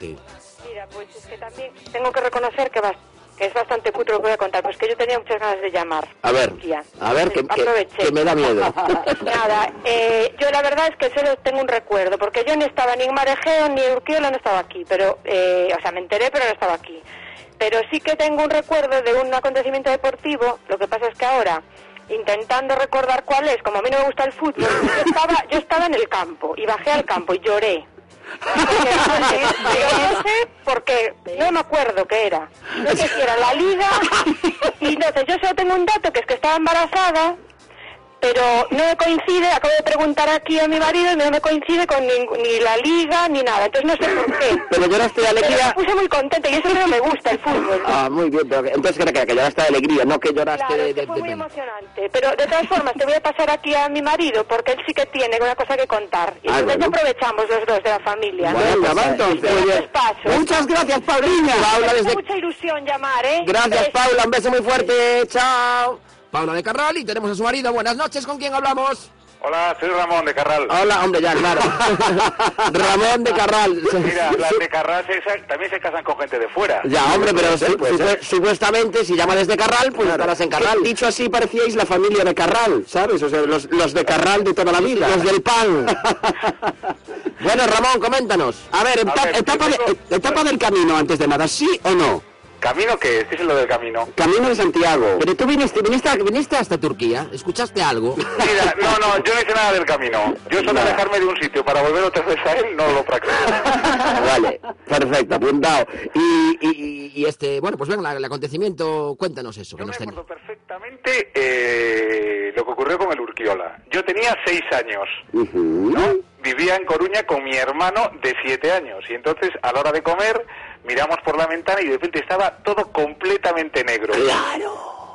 O: Mira, pues es que también tengo que reconocer que, bas- que es bastante cutre lo que voy a contar, pues que yo tenía muchas ganas de llamar.
A: A ver,
O: Ya.
A: a ver, que, que-
O: Aproveché.
A: que me da miedo.
O: Nada, eh, yo la verdad es que solo tengo un recuerdo, porque yo ni estaba ni en Marejeo ni en Urquiola, no estaba aquí, pero, eh, o sea, me enteré, pero no estaba aquí. Pero sí que tengo un recuerdo de un acontecimiento deportivo, lo que pasa es que ahora, intentando recordar cuál es, como a mí no me gusta el fútbol, yo estaba, yo estaba en el campo, y bajé al campo y lloré. Porque, pero no sé porque no me acuerdo qué era. No sé si era la liga. Y entonces yo solo tengo un dato que es que estaba embarazada pero no me coincide, acabo de preguntar aquí a mi marido y no me coincide con ning- ni, la liga ni nada, entonces no sé por qué.
L: Pero lloraste de alegría.
O: Pero me puse muy contenta y eso no me gusta el fútbol.
L: Ah, muy bien, pero que- entonces que, que, que lloraste de alegría, no que lloraste
O: Claro,
L: de,
O: es que
L: este, de-
O: fue
L: de
O: muy
L: pena.
O: emocionante, pero de todas formas te voy a pasar aquí a mi marido porque él sí que tiene una cosa que contar y
L: Ah,
O: entonces
L: bueno.
O: aprovechamos los dos de la familia.
L: Bueno,
O: Entonces,
L: va entonces.
O: entonces,
L: Oye,
O: paso.
L: muchas gracias, Paulina.
A: Paula,
O: Me hace
A: desde-
O: mucha ilusión llamar, ¿eh?
A: Gracias,
O: Besos.
A: Paula, un beso muy fuerte, chao. Paula de Carral y tenemos a su marido. Buenas noches, ¿con quién hablamos?
P: Hola, soy Ramón de Carral.
A: Hola, hombre, ya, claro. Ramón de Carral.
P: Mira, las de Carral se- se- también se casan con gente de fuera. pues, eh,
A: Ya, hombre, pero
P: Puede ser,
A: su-
P: puede
A: supue-
P: ser.
A: supuestamente si llamas desde Carral, pues estarás en Carral.
L: Dicho así, parecíais la familia de Carral, ¿sabes? O sea, los, los de Carral de toda la vida.
A: Los del pan. bueno, Ramón, coméntanos.
B: A ver, eta- etapa, de- etapa del camino, antes de nada, ¿sí o no?
P: ¿Camino qué es? Díselo del camino.
B: Camino de Santiago.
A: Pero tú viniste, viniste, viniste hasta Turquía, ¿escuchaste algo?
P: Mira, no, no, yo no hice nada del camino. Yo solo alejarme de un sitio para volver otra vez a él, no lo practico.
A: vale, perfecto, apuntado. Y, y- y este, bueno, pues venga, el acontecimiento, cuéntanos eso. que nos ten-
P: Realmente, eh, lo que ocurrió con el Urquiola. Yo tenía seis años.
L: ¿No?
P: Vivía en Coruña con mi hermano de siete años. Y entonces, a la hora de comer, miramos por la ventana y de repente estaba todo completamente negro.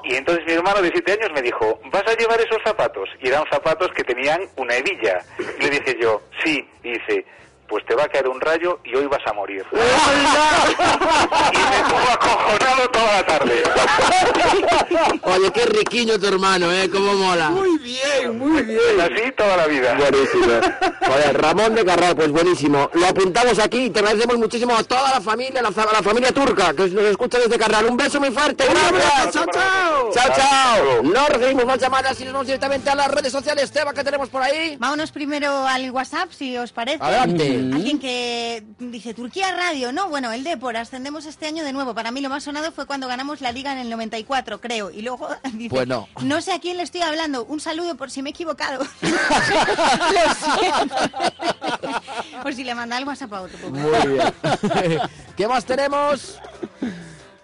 P: Y entonces mi hermano de siete años me dijo, ¿vas a llevar esos zapatos? Y eran zapatos que tenían una hebilla. Y le dije yo, sí. Y dice, pues te va a caer un rayo y hoy vas a morir. y me estuvo acojonado toda la tarde.
A: Oye, qué riquiño tu hermano, ¿eh? ¿Cómo mola?
B: Muy bien, muy bien.
P: Pues Así toda la vida.
A: Buenísimo. Joder, Ramón de Carral, pues buenísimo. Lo apuntamos aquí y te agradecemos muchísimo a toda la familia, la, fa- la familia turca, que nos escucha desde Carral. Un beso muy fuerte, gracias. Chao, chao. Chao, chao. No recibimos más llamadas y nos vamos directamente a las redes sociales. Teba, ¿qué tenemos por ahí?
C: Vámonos primero al WhatsApp, si os parece.
A: Adelante.
C: Alguien que dice, Turquía Radio, ¿no? Bueno, el Depor, ascendemos este año de nuevo. Para mí lo más sonado fue cuando ganamos la Liga en el 94, creo. Y luego dice,
A: Pues no.
C: no sé a quién le estoy hablando. Un saludo por si me he equivocado. Lo siento. por si le manda el WhatsApp a otro. pobre.
A: bien. ¿Qué más tenemos?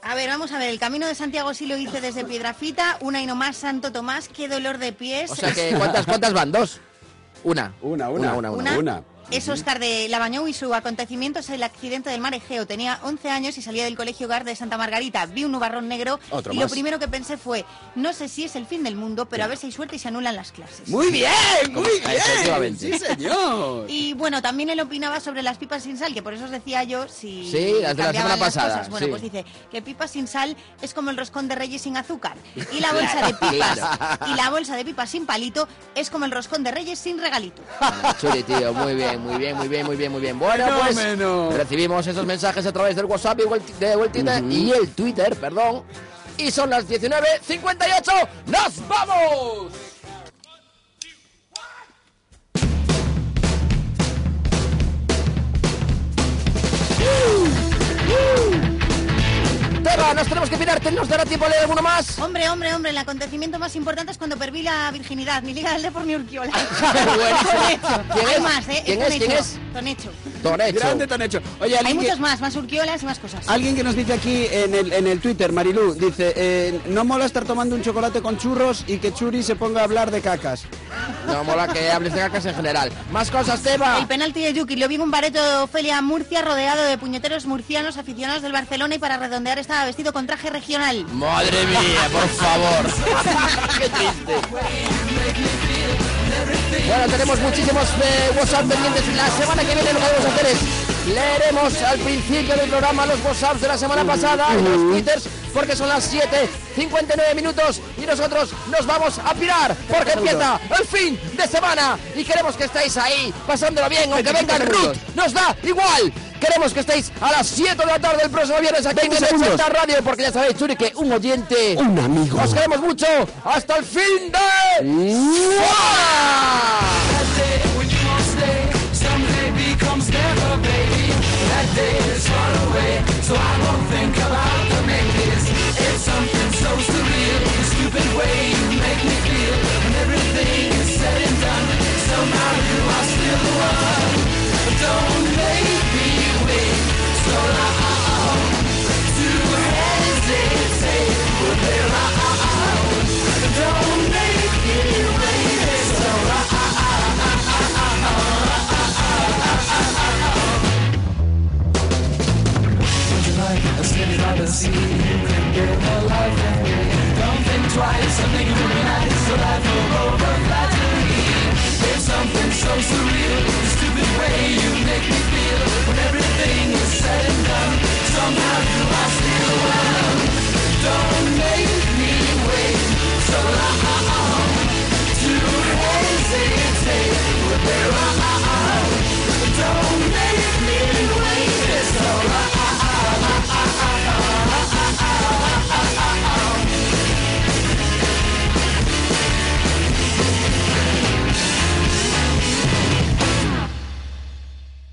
C: A ver, vamos a ver. El Camino de Santiago sí lo hice desde Piedrafita. Una y no más, Santo Tomás. Qué dolor de pies.
A: O sea que, ¿cuántas, cuántas van? ¿Dos? Una. Una, una, una,
C: Una. Es Óscar de Labañou y su acontecimiento es el accidente del mar Egeo. Tenía 11 años y salía del colegio hogar de Santa Margarita. Vi un nubarrón negro
B: Otro
C: y lo
B: más.
C: primero que pensé fue, no sé si es el fin del mundo, pero a ver si hay suerte y se anulan las clases.
B: Muy bien, Eh, muy bien.
A: Efectivamente.
B: Sí, señor.
C: Y bueno, también él opinaba sobre las pipas sin sal, que por eso os decía yo si
A: Sí, las de la
C: cambiaban
A: semana
C: las
A: pasada,
C: cosas. Bueno,
A: sí.
C: pues dice que pipas sin sal es como el roscón de reyes sin azúcar. Y la bolsa de
A: Claro,
C: pipas
A: claro.
C: y la bolsa de pipas sin palito es como el roscón de reyes sin regalito.
A: Churi, tío, muy bien, muy bien, muy bien, muy bien, muy bien. Bueno, pues recibimos esos mensajes a través del WhatsApp y vuelt- de vueltita y el Twitter, perdón. Y son las 19.58. ¡Nos vamos! Teba, nos tenemos que pirar, ¿te- ¿nos dará tiempo de leer alguno más?
C: Hombre, hombre, hombre, el acontecimiento más importante es cuando perdí la virginidad, ni Liga del Depor ni Urquiola.
A: Bueno.
C: Con hecho.
A: ¿Quién
C: Hay
A: es?
C: más, ¿eh?
A: ¿Quién
C: Con
A: es? ¿Quién
C: hecho.
A: es?
C: Ton hecho.
A: Ton hecho.
B: Grande tan hecho. Oye,
C: Hay
B: alguien que,
C: muchos más, más urquiolas y más cosas.
B: alguien que nos dice aquí en el, en el Twitter, Marilú, dice, eh, no mola estar tomando un chocolate con churros y que Churi se ponga a hablar de cacas.
A: No mola que hables de cacas en general. Más cosas, Teba.
C: El penalti de Yuki. Lo vi en un bareto de Ofelia Murcia rodeado de puñeteros murcianos aficionados del Barcelona y para redondear estaba vestido con traje regional.
A: Madre mía, por favor. Qué triste. Bueno, tenemos muchísimos eh, WhatsApp pendientes. La semana que viene lo que vamos a hacer es leeremos al principio del programa los WhatsApps de la semana pasada y los Twitters porque son las 7, 59 minutos y nosotros nos vamos a pirar porque empieza el fin de semana y queremos que estéis ahí pasándolo bien aunque venga el Ruth, nos da igual. Queremos que estéis a las 7 de la tarde el próximo viernes aquí en
B: 20 segundos.
A: Mecheta Radio porque ya sabéis, Churi, que un oyente,
B: un amigo,
A: os queremos mucho. Hasta el fin de
G: That day when you won't stay, someday becomes never, baby. That day is far away, so I won't think about the maybes. It's something so surreal, the stupid way you make me feel. When everything is said and done, somehow you are still the one. But don't make me wait so long to hesitate. But there I Don't make me wait so Would you like a city by the sea? You can get a life that way. Don't think twice, something will be nice. The life will over flattery. There's something so surreal, the stupid way you make me feel. When everything is said and done, somehow you are still one. Don't